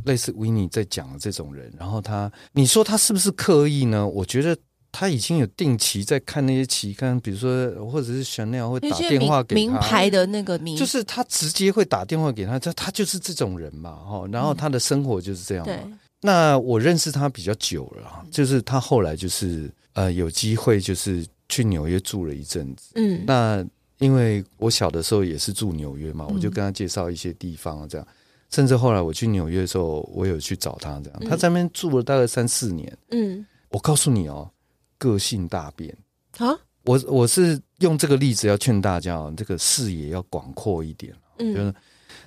Speaker 3: 类似维尼在讲的这种人。然后他，你说他是不是刻意呢？我觉得他已经有定期在看那些期刊，比如说或者是 Chanel 会
Speaker 1: 那
Speaker 3: 打
Speaker 1: 些
Speaker 3: 电话给
Speaker 1: 名
Speaker 3: 他
Speaker 1: 名牌的那个名，
Speaker 3: 就是他直接会打电话给他，他他就是这种人嘛，
Speaker 1: 嗯
Speaker 3: 哈。然后他的生活就是这样嘛。
Speaker 2: 对，
Speaker 3: 那我认识他比较久了
Speaker 1: 嗯
Speaker 3: 啊，就是他后来就是呃有机会就是去纽约住了一阵子。
Speaker 2: 嗯，
Speaker 3: 那因为我小的时候也是住纽约嘛，
Speaker 1: 嗯
Speaker 3: 我就跟他介绍一些地方啊，这样。甚至后来我去纽约的时候，我有去找他，这样。
Speaker 2: 嗯
Speaker 3: 他在那边住了大概三四年。
Speaker 2: 嗯
Speaker 3: 我告诉你哦，个性大变。
Speaker 2: 啊，
Speaker 3: 我我是用这个例子要劝大家哦，这个视野要广阔一点。就
Speaker 2: 嗯
Speaker 3: 是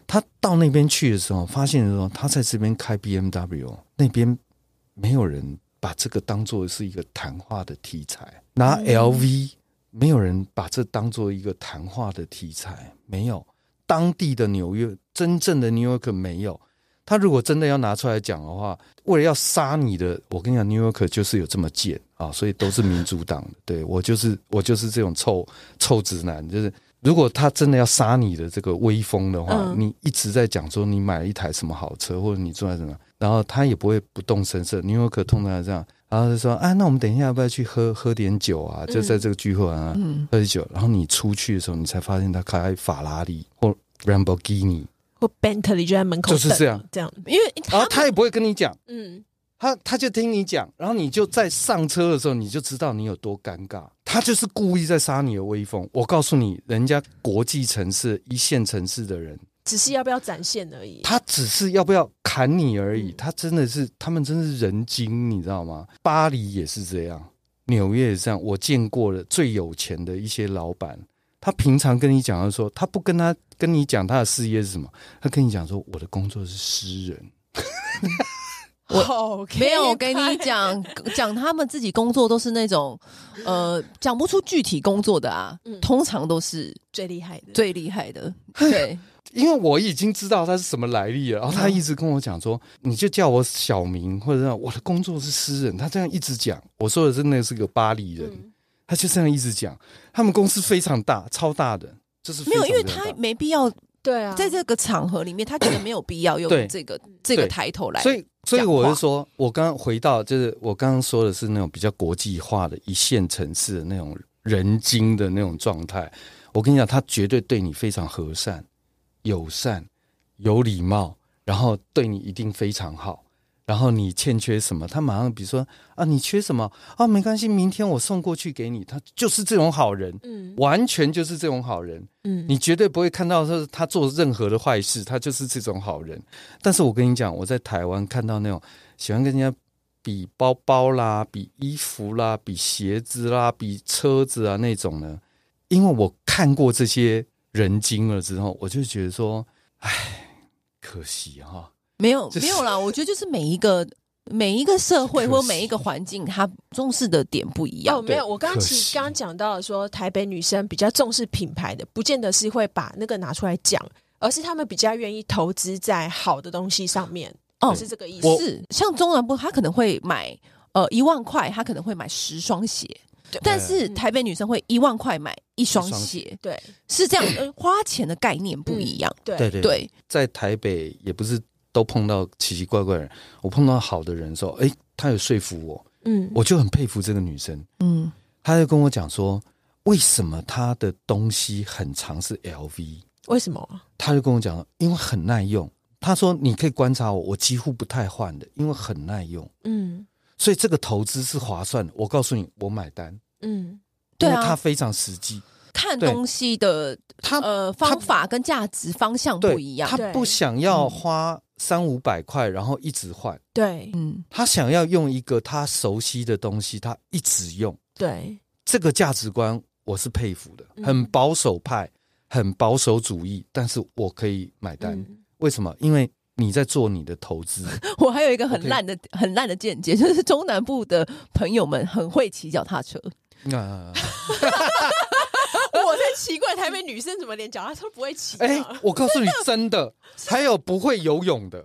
Speaker 3: 他到那边去的时候，发现的时候，他在这边开 BMW，那边没有人把这个当做是一个谈话的题材，拿
Speaker 1: 嗯
Speaker 3: LV，、没有人把这当做一个谈话的题材，没有当地的纽约，真正的 New York 没有。他如果真的要拿出来讲的话，为了要杀你的，我跟你讲，New York 就是有这么贱啊，所以都是民主党的。对我就是我就是这种臭臭直男，就是如果他真的要杀你的这个威风的话，
Speaker 2: 嗯
Speaker 3: 你一直在讲说你买了一台什么好车，或者你坐在什么，然后他也不会不动声色。New York 通常是这样，然后就说啊，那我们等一下要不要去喝喝点酒啊？就在这个聚会啊，
Speaker 1: 嗯，
Speaker 3: 喝酒。然后你出去的时候，你才发现他开法拉利或 Lamborghini，
Speaker 2: 或 Bentley 就在门口
Speaker 3: 就是
Speaker 2: 等
Speaker 3: 这样啊
Speaker 2: 这样，
Speaker 1: 因为
Speaker 3: 然后
Speaker 1: 他
Speaker 3: 他也不会跟你讲。
Speaker 2: 嗯。
Speaker 3: 他他就听你讲，然后你就在上车的时候，你就知道你有多尴尬。他就是故意在杀你的威风。我告诉你，人家国际城市、一线城市的人，
Speaker 2: 只是要不要展现而已。
Speaker 3: 他只是要不要砍你而已，他真的是他们真是人精，你知道吗？巴黎也是这样，纽约也是这样。我见过了最有钱的一些老板，他平常跟你讲的说，他不跟他跟你讲他的事业是什么，他跟你讲说我的工作是诗人。
Speaker 2: 我
Speaker 1: 没有，我跟你，讲，讲他们自己工作都是那种，呃，讲不出具体工作的啊，
Speaker 2: 嗯
Speaker 1: 通常都是
Speaker 2: 最厉害的，
Speaker 1: 最厉害的。 对，
Speaker 3: 因为我已经知道他是什么来历了，然后他一直跟我讲说，你就叫我小名或者让我的工作是诗人，他这样一直讲。我说的真的是个巴黎人，
Speaker 2: 嗯
Speaker 3: 他就这样一直讲。他们公司非常大，超大的，就是非
Speaker 1: 没有，
Speaker 3: 常
Speaker 1: 因为
Speaker 3: 非常
Speaker 1: 他
Speaker 3: 大
Speaker 1: 没必要
Speaker 2: 对啊，
Speaker 1: 在这个场合里面，他觉得没有必要
Speaker 3: 对
Speaker 1: 用这个这个
Speaker 3: 对
Speaker 1: 抬头来。
Speaker 3: 所以，所以
Speaker 1: 讲
Speaker 3: 我
Speaker 1: 话
Speaker 3: 是说，我刚刚回到，就是我刚刚说的是那种比较国际化的一线城市的那种人精的那种状态。我跟你讲，他绝对对你非常和善、友善、有礼貌，然后对你一定非常好。然后你欠缺什么，他马上比如说啊，你缺什么啊，没关系，明天我送过去给你。他就是这种好人，
Speaker 2: 嗯
Speaker 3: 完全就是这种好人。
Speaker 2: 嗯，
Speaker 3: 你绝对不会看到说他做任何的坏事，他就是这种好人。但是我跟你讲，我在台湾看到那种喜欢跟人家比包包啦、比衣服啦、比鞋子啦、比车子啊那种呢，因为我看过这些人精了之后，我就觉得说，唉，可惜哈、
Speaker 1: 没有
Speaker 3: 就是
Speaker 1: 没有啦，我觉得就是每一个每一个社会
Speaker 3: 可
Speaker 1: 或
Speaker 3: 惜
Speaker 1: 每一个环境，他重视的点不一样
Speaker 2: 哦，。没有，我刚刚
Speaker 3: 可
Speaker 2: 其实
Speaker 3: 惜
Speaker 2: 刚刚讲到了说，台北女生比较重视品牌的，不见得是会把那个拿出来讲，而是她们比较愿意投资在好的东西上面，
Speaker 1: 哦
Speaker 2: 是这个意思。
Speaker 3: 我
Speaker 1: 是像中南部，他可能会买呃一万块，他可能会买十双鞋，但是
Speaker 2: 嗯
Speaker 1: 台北女生会一万块买一双
Speaker 3: 一双嗯
Speaker 1: 鞋，
Speaker 2: 对
Speaker 1: 是这样，呃花钱的概念不一样。
Speaker 2: 对
Speaker 3: 对
Speaker 1: 对，
Speaker 3: 在台北也不是都碰到奇奇怪怪的人，我碰到好的人的时候，哎，他有说服我，
Speaker 2: 嗯，
Speaker 3: 我就很佩服这个女生。
Speaker 1: 嗯，
Speaker 3: 他就跟我讲说，为什么他的东西很长是 LV？
Speaker 2: 为什么？
Speaker 3: 他就跟我讲，因为很耐用。他说你可以观察我，我几乎不太换的，因为很耐用，
Speaker 2: 嗯
Speaker 3: 所以这个投资是划算的。我告诉你，我买单，
Speaker 2: 嗯
Speaker 1: 对
Speaker 3: 因为它
Speaker 1: 啊，
Speaker 3: 非常实际。
Speaker 1: 看
Speaker 3: 对
Speaker 1: 东西的
Speaker 3: 他
Speaker 1: 呃方法跟价值方向
Speaker 3: 对
Speaker 1: 不一样
Speaker 3: 他。
Speaker 2: 对
Speaker 3: 不想要花三五百块，然后一直换，
Speaker 2: 对
Speaker 1: 嗯，
Speaker 3: 他想要用一个他熟悉的东西，他一直用。
Speaker 2: 对，
Speaker 3: 这个价值观我是佩服的，
Speaker 2: 嗯
Speaker 3: 很保守派，很保守主义，但是我可以买单。
Speaker 2: 嗯
Speaker 3: 为什么？因为你在做你的 投资，
Speaker 1: 我还有一个很
Speaker 3: OK
Speaker 1: 烂的、很烂的见解， 就是中南部的朋友们很会骑脚踏车。
Speaker 3: 那、
Speaker 2: 我在奇怪台北女生怎么连脚踏车都不会骑、啊，
Speaker 3: 哎、我告诉你，真 的，还有不会游泳的，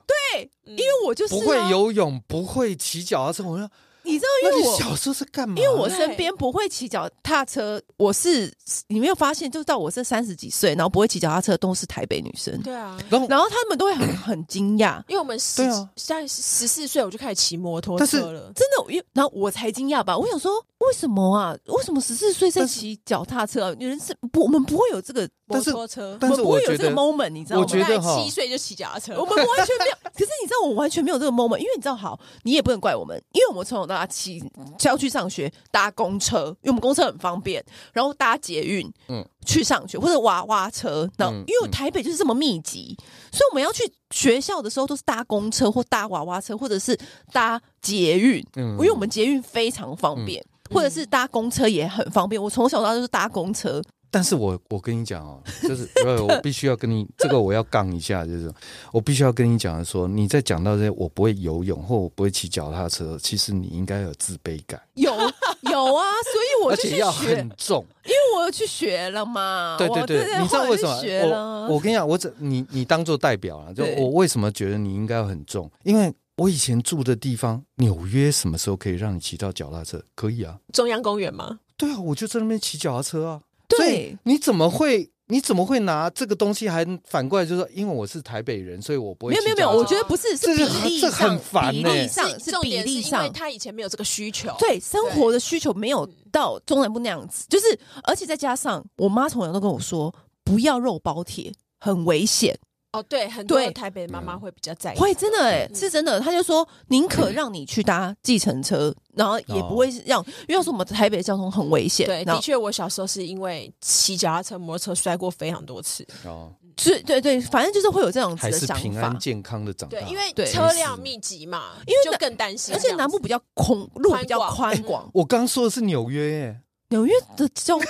Speaker 2: 因
Speaker 1: 因为我就是、啊
Speaker 3: 不会，游泳，不会骑脚踏车。我说，
Speaker 1: 你知
Speaker 3: 那
Speaker 1: 道，因
Speaker 3: 你
Speaker 1: 为我。
Speaker 3: 小时候是干嘛？
Speaker 1: 因为我
Speaker 2: 对
Speaker 1: 身边不会骑脚踏车，我是你没有发现，就是到我这三十几岁，然后不会骑脚踏车的都是台北女生，
Speaker 2: 对啊，
Speaker 3: 然后，
Speaker 1: 然后他们都会很很惊讶，
Speaker 2: 因为我们十
Speaker 3: 对啊
Speaker 2: 在十四岁我就开始骑摩托
Speaker 3: 但是
Speaker 2: 车了，
Speaker 1: 真的，因为然后我才惊讶吧，我想说为什么啊？为什么十四岁在
Speaker 3: 但是
Speaker 1: 骑脚踏车、啊？女人是不，我们不会有这个，
Speaker 2: 摩
Speaker 3: 但是
Speaker 2: 托车，
Speaker 3: 但是
Speaker 1: 我们不会
Speaker 3: 我
Speaker 1: 有
Speaker 3: 觉
Speaker 1: 这个
Speaker 3: 得
Speaker 1: moment，你知道吗
Speaker 3: 我？觉得
Speaker 2: 大概
Speaker 3: 哈
Speaker 2: 七岁就骑脚踏车
Speaker 1: 我，们完全没有，可是你知道我完全没有这个 moment，因为你知道，好，你也不能怪我们，因为我们从小到大骑
Speaker 3: 嗯
Speaker 1: 郊区上学，搭公车，因为我们公车很方便，然后搭捷运，嗯
Speaker 3: 嗯，
Speaker 1: 去上学或者娃娃车，然后、
Speaker 3: 嗯
Speaker 1: 因为台北就是这么密集，所以我们要去学校的时候都是搭公车或搭娃娃车，或者是搭捷运，
Speaker 3: 嗯
Speaker 1: 因为我们捷运非常方便。或者是搭公车也很方便，我从小到大就是搭公车，
Speaker 3: 但是我我跟你讲哦，就是呃我必须要跟你这个我要杠一下，就是我必须要跟你讲的说，你在讲到这些我不会游泳或我不会骑脚踏车，其实你应该有自卑感，
Speaker 1: 有 有啊，所以我
Speaker 3: 而
Speaker 1: 就去
Speaker 3: 且要
Speaker 1: 学
Speaker 3: 很，重。
Speaker 1: 因为我有去学了嘛。
Speaker 3: 对
Speaker 1: 我
Speaker 3: 对对，你知道
Speaker 1: 后来
Speaker 3: 为
Speaker 1: 就
Speaker 3: 什么
Speaker 1: 学？了
Speaker 3: 我我跟你讲，我只你你当做代表啊了，就
Speaker 1: 对
Speaker 3: 我为什么觉得你应该很重？因为我以前住的地方，纽约什么时候可以让你骑到脚踏车？可以啊，
Speaker 2: 中央公园吗？
Speaker 3: 对啊，我就在那边骑脚踏车啊。
Speaker 1: 对
Speaker 3: 所以你怎么会？你怎么会拿这个东西还反过来就说，因为我是台北人，所以我不会
Speaker 1: 没有没有
Speaker 3: 骑
Speaker 1: 没有，
Speaker 3: 脚踏
Speaker 1: 我
Speaker 3: 车
Speaker 1: 觉得不是，是比
Speaker 3: 这个
Speaker 1: 例
Speaker 3: 这
Speaker 1: 上
Speaker 3: 很，烦欸
Speaker 1: 比
Speaker 3: 呢
Speaker 1: 例上是
Speaker 2: 重
Speaker 1: 比
Speaker 2: 点是
Speaker 1: 例
Speaker 2: 因为
Speaker 1: 上，
Speaker 2: 他以嗯前没有这个需求，
Speaker 1: 对生活的需求没有到中南部那样子，就是而且再加上我妈从小都跟我说，不要肉包铁。很危险，
Speaker 2: 哦，对，很多
Speaker 1: 对
Speaker 2: 台北妈妈会比较在意，
Speaker 1: 会真的哎、
Speaker 2: 嗯
Speaker 1: 是真的。她就说，宁可让你去搭计程车，然
Speaker 3: 哦
Speaker 1: 后也不会让，因为什么台北交通很危险。
Speaker 2: 对，
Speaker 1: 然
Speaker 2: 的
Speaker 1: 后
Speaker 2: 确，我小时候是因为骑脚踏车、摩托车摔过非常多次，
Speaker 3: 哦，
Speaker 1: 对对对，反正就是会有这样子
Speaker 3: 还
Speaker 1: 的
Speaker 3: 是
Speaker 1: 想
Speaker 3: 平
Speaker 1: 法
Speaker 3: 安。健康的长大。
Speaker 2: 对，因为
Speaker 1: 对
Speaker 2: 车辆密集嘛，
Speaker 1: 因为
Speaker 2: 就
Speaker 1: 那
Speaker 2: 更担
Speaker 1: 而
Speaker 2: 心这
Speaker 1: 且
Speaker 2: 样子。
Speaker 1: 南部比较空，路比较
Speaker 2: 宽
Speaker 1: 宽
Speaker 2: 广
Speaker 1: 广，
Speaker 3: 我刚说的是纽约耶，
Speaker 1: 纽约的交通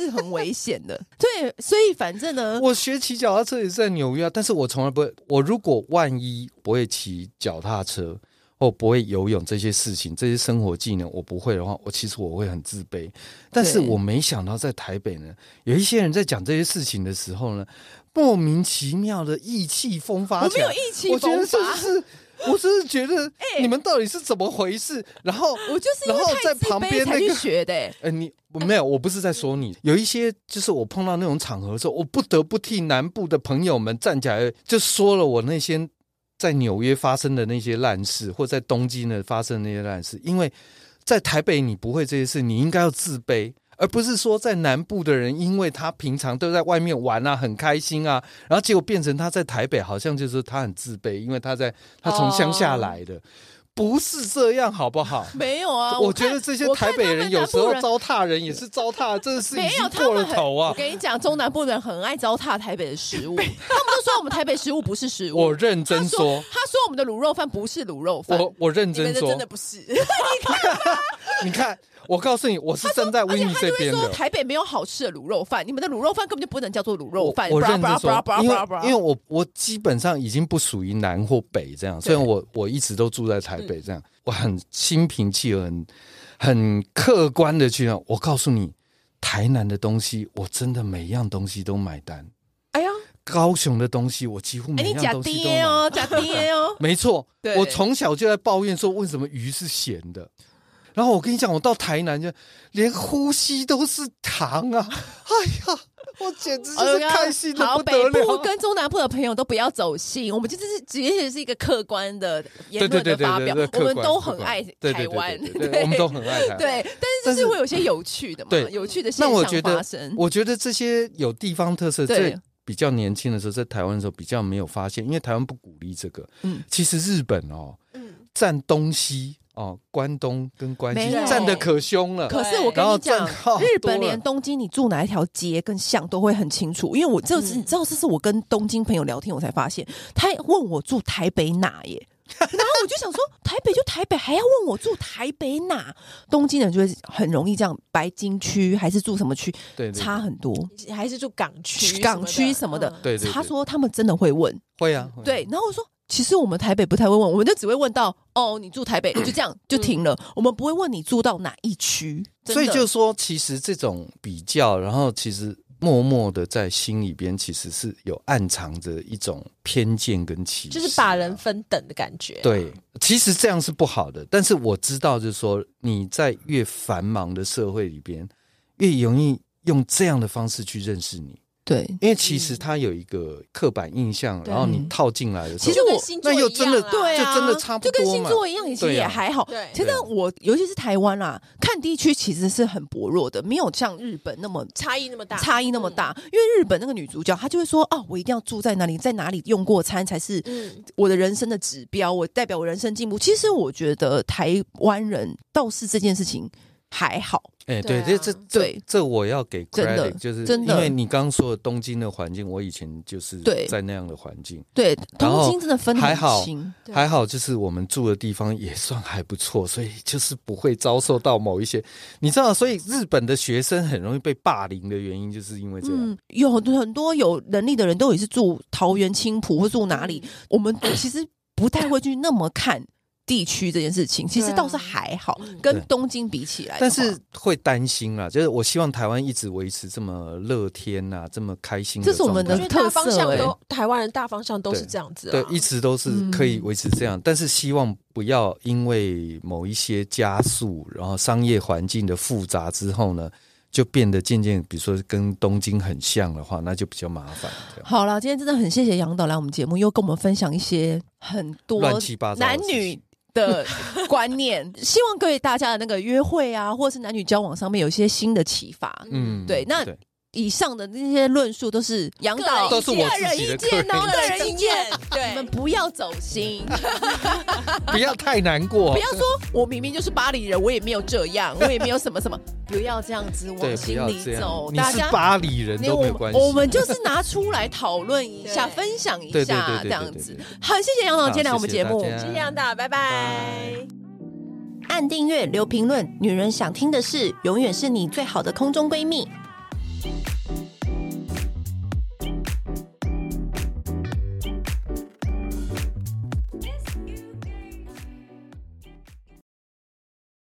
Speaker 1: 是很危险 的。对，所以反正呢，
Speaker 3: 我学骑脚踏车也是在纽约啊，但是我从来不会，我如果万一不会骑脚踏车。或不会游泳这些事情，这些生活技能我不会的话，我其实我会很自卑。但是
Speaker 1: 对
Speaker 3: 我没想到在台北呢，有一些人在讲这些事情的时候呢，莫名其妙的意气风发
Speaker 1: 我
Speaker 3: 起
Speaker 1: 没
Speaker 3: 来。
Speaker 1: 有意气
Speaker 3: 我觉
Speaker 1: 风
Speaker 3: 得
Speaker 1: 发 哎
Speaker 3: 这，就是，我真是 觉得你们到底是怎么回事？然后
Speaker 1: 我就是因
Speaker 3: 然后
Speaker 1: 为
Speaker 3: 在
Speaker 1: 太自
Speaker 3: 旁边
Speaker 1: 卑
Speaker 3: 那
Speaker 1: 才去
Speaker 3: 个
Speaker 1: 学的、欸。
Speaker 3: 呃，你我没有，我不是在说你。有一些就是我碰到那种场合的时候，我不得不替南部的朋友们站起来，就说了我那些在纽约发生的那些烂事，或在东京呢发生的那些烂事。因为在台北你不会这些事，你应该要自卑，而不是说在南部的人，因为他平常都在外面玩啊，很开心啊，然后结果变成他在台北好像就是他很自卑，因为他在他从乡下
Speaker 2: 哦
Speaker 3: 来的，不是这样好不好？
Speaker 1: 没有 啊，
Speaker 3: 我
Speaker 1: 我
Speaker 3: 觉
Speaker 1: 看
Speaker 3: 得这些
Speaker 1: 我
Speaker 3: 台
Speaker 1: 看
Speaker 3: 北
Speaker 1: 他
Speaker 3: 人
Speaker 1: 们
Speaker 3: 有
Speaker 1: 南
Speaker 3: 时
Speaker 1: 部
Speaker 3: 候
Speaker 1: 人
Speaker 3: 糟蹋人也是糟蹋，真的是已
Speaker 1: 没有
Speaker 3: 经
Speaker 1: 他
Speaker 3: 过了
Speaker 1: 们很，
Speaker 3: 头
Speaker 1: 我
Speaker 3: 啊！
Speaker 1: 跟你讲，中南部人很爱糟蹋台北的食 物，他们都说我们台北食物不是食物。
Speaker 3: 我认真说，
Speaker 1: 他说我们的卤肉饭不是卤肉饭，
Speaker 3: 我我认
Speaker 2: 你们
Speaker 3: 真
Speaker 2: 的
Speaker 3: 说
Speaker 2: 真的，不是，
Speaker 3: 你看，我告诉你，我是站在
Speaker 1: 而且
Speaker 3: Win
Speaker 1: 他就
Speaker 3: 这
Speaker 1: 会
Speaker 3: 边
Speaker 1: 说
Speaker 3: 的。
Speaker 1: 台北没有好吃的卤肉饭，你们的卤肉饭根本就不能叫做卤肉
Speaker 3: 我
Speaker 1: 饭。
Speaker 3: 我
Speaker 1: 巴拉
Speaker 3: 认
Speaker 1: 巴
Speaker 3: 真
Speaker 1: 拉巴拉巴，拉
Speaker 3: 说因为
Speaker 1: 巴拉
Speaker 3: 因为我我基本上已经不属于南或北这样，虽然我我一直都住在台北这样，我很心平气和，很很客观的去啊。我告诉你，台南的东西，我真的每样东西都买单；
Speaker 2: 哎呀，
Speaker 3: 高雄的东西，我几乎
Speaker 1: 哎，你
Speaker 3: 每样
Speaker 1: 假
Speaker 3: 东西都
Speaker 1: 爹
Speaker 3: 买。，
Speaker 1: 哦，假爹哦
Speaker 3: 没错
Speaker 1: 对，
Speaker 3: 我从小就在抱怨说为什么鱼是咸的。然后我跟你讲，我到台南就连呼吸都是 糖啊！哎呀，我简直 就是开心的
Speaker 1: 哎好，
Speaker 3: 不
Speaker 1: 北
Speaker 3: 得
Speaker 1: 部
Speaker 3: 了。
Speaker 1: 跟中南部的朋友都不要走心，我们就是直接是一个客观的言
Speaker 3: 对
Speaker 1: 论
Speaker 3: 对对
Speaker 1: 的
Speaker 3: 对
Speaker 1: 发
Speaker 3: 对
Speaker 1: 表
Speaker 3: 对，，
Speaker 1: 我
Speaker 3: 客
Speaker 1: 们
Speaker 3: 观
Speaker 1: 都
Speaker 3: 客
Speaker 1: 很
Speaker 3: 观
Speaker 1: 爱
Speaker 3: 对对
Speaker 1: 台
Speaker 3: 对对
Speaker 1: 湾，
Speaker 3: 对对对我们都很爱台湾。
Speaker 1: 对，但
Speaker 3: 但
Speaker 1: 是就
Speaker 3: 是
Speaker 1: 是会有一些有趣的嘛，
Speaker 3: 对
Speaker 1: 有趣的现
Speaker 3: 那我
Speaker 1: 象
Speaker 3: 觉
Speaker 1: 发
Speaker 3: 得
Speaker 1: 生，。
Speaker 3: 我觉得这些有地方特色，
Speaker 1: 对
Speaker 3: 在比较年轻的时候，在台湾的时候比较没有发现，因为台湾不鼓励这个。
Speaker 1: 嗯
Speaker 3: 嗯，其实日本哦，
Speaker 2: 嗯，
Speaker 3: 占东西哦，关东跟关西
Speaker 1: 没有
Speaker 3: 占的可凶了。
Speaker 1: 可是我跟
Speaker 3: 然后
Speaker 1: 你
Speaker 3: 占
Speaker 1: 讲，
Speaker 3: 好
Speaker 1: 日
Speaker 3: 多
Speaker 1: 本
Speaker 3: 了
Speaker 1: 连东京你住哪一条街跟巷都会很清楚，因为我这是、
Speaker 2: 嗯
Speaker 1: 你知道，这是我跟东京朋友聊天我才发现，他问我住台北哪 耶。然后我就想说，台北就台北，还要问我住台北哪？东京人就会很容易这样，白金区还是住什么区，
Speaker 3: 对对对
Speaker 1: 差很多。
Speaker 2: 还是住港区什么的、
Speaker 1: 港区什么的
Speaker 2: 嗯
Speaker 3: 对对对
Speaker 1: 他说他们真的会问，
Speaker 3: 会啊，会啊
Speaker 1: 对。然后我说，其实我们台北不太会问，我们就只会问到哦，你住台北，就这样就停了，我们不会问你住到哪一区。真
Speaker 3: 嗯所以
Speaker 1: 的
Speaker 3: 就说，其实这种比较，然后其实默默的在心里边，其实是有暗藏着一种偏见跟歧视啊、
Speaker 2: 就是把人分等的感觉。
Speaker 3: 对。其实这样是不好的，但是我知道，就是说你在越繁忙的社会里边，越容易用这样的方式去认识你，
Speaker 1: 对，
Speaker 3: 因为其
Speaker 1: 嗯
Speaker 3: 实它有一个刻板印象，
Speaker 2: 对
Speaker 3: 然后你套进来的时
Speaker 1: 其
Speaker 3: 候
Speaker 1: 实，我
Speaker 3: 那又真的
Speaker 1: 对啊，
Speaker 3: 就真的差不
Speaker 1: 就跟
Speaker 3: 多
Speaker 1: 星
Speaker 3: 嘛
Speaker 1: 座一样，其实
Speaker 3: 对
Speaker 1: 也
Speaker 3: 啊
Speaker 1: 还好。
Speaker 2: 对
Speaker 1: 其实
Speaker 3: 对啊
Speaker 1: 我尤其是台湾啦，看地区其实是很薄弱的，没有像日本那么。
Speaker 2: 差异那么大，嗯
Speaker 1: 差异那么大，因为日本那个女主角，她就会说：“啊，我一定要住在哪里，在哪里用过餐才是
Speaker 2: 嗯。嗯，
Speaker 1: 我的人生的指标，我代表我人生进步。”其实我觉得台湾人倒是这件事情还好，
Speaker 3: 哎、
Speaker 2: 对
Speaker 3: 对，
Speaker 2: 啊
Speaker 3: 这这
Speaker 1: 对
Speaker 3: 这这我要给
Speaker 1: 真的
Speaker 3: credit，就是
Speaker 1: 真的
Speaker 3: 因为你刚刚说的东京的环境，我以前就是
Speaker 1: 对
Speaker 3: 在那样的环境，
Speaker 1: 对，
Speaker 3: 然后
Speaker 1: 东京真的分得
Speaker 3: 哦还好
Speaker 1: 很清，
Speaker 2: 对
Speaker 3: 还好就是我们住的地方也算还不错，所以就是不会遭受到某一些，你知道，所以日本的学生很容易被霸凌的原因，就是因为这样。
Speaker 1: 嗯，有很多很多有能力的人都也是住桃园、青浦或住哪里，
Speaker 3: 嗯
Speaker 1: 我们其实不太会去那么看地区这件事情，其实倒是还好，
Speaker 2: 嗯
Speaker 1: 跟
Speaker 3: 对
Speaker 1: 东京比起来的
Speaker 3: 啊但
Speaker 1: 话，
Speaker 3: 是会担心啦，就是我希望台湾一直维持这么乐天呐、这么开心的
Speaker 1: 这
Speaker 3: 状
Speaker 1: 是
Speaker 3: 态。
Speaker 1: 我们
Speaker 2: 我
Speaker 1: 的
Speaker 2: 觉得大方
Speaker 1: 特
Speaker 2: 向
Speaker 1: 色欸
Speaker 2: 都，台湾人大方向都是
Speaker 3: 对
Speaker 2: 这样子、啊，
Speaker 3: 对，一直都是可以
Speaker 1: 嗯
Speaker 3: 维持这样，但是希望不要因为某一些加速，然后商业环境的复杂之后呢，就变得渐渐，比如说跟东京很像的话，那就比较麻烦。这样
Speaker 1: 好了，今天真的很谢谢杨导来我们节目，又跟我们分享一些很多
Speaker 3: 乱七八糟的
Speaker 1: 男
Speaker 3: 事情
Speaker 1: 女。的观 念，希望各位大家的那个约会啊，或者是男女交往上面有一些新的启发。啊
Speaker 3: 嗯，
Speaker 1: 对那以上的那些论述都是杨导
Speaker 3: 都是我
Speaker 2: 个
Speaker 3: 自
Speaker 2: 人
Speaker 3: 己
Speaker 2: 意
Speaker 3: 的
Speaker 2: 见哦，
Speaker 3: 个
Speaker 2: 个人意 见，
Speaker 1: 你
Speaker 2: 对
Speaker 3: 嗯
Speaker 1: 们不要走心，
Speaker 3: 不要太难过
Speaker 1: 不，要说我明明就是巴黎人，我也没有这 样，我也没有什么什么，不要这样子
Speaker 3: 对，
Speaker 1: 往
Speaker 3: 不
Speaker 1: 心
Speaker 3: 要
Speaker 1: 里
Speaker 3: 这样
Speaker 1: 走。，
Speaker 3: 你
Speaker 1: 大
Speaker 3: 是
Speaker 1: 家
Speaker 3: 巴黎人
Speaker 1: 连
Speaker 3: 都
Speaker 1: 我
Speaker 3: 没有
Speaker 1: 们
Speaker 3: 关系，
Speaker 1: 我们就是拿出来讨论一 下，
Speaker 2: 对
Speaker 1: 分享一
Speaker 3: 对对
Speaker 1: 下
Speaker 3: 对
Speaker 1: 这
Speaker 3: 对
Speaker 1: 样
Speaker 3: 对
Speaker 1: 子
Speaker 3: 对。
Speaker 1: 好，谢谢杨导今天来我们节目，
Speaker 3: 好谢谢大家
Speaker 2: 是这样的，拜拜。
Speaker 1: 按订阅留评论，女人想听的事，永远是你最好的空中闺蜜。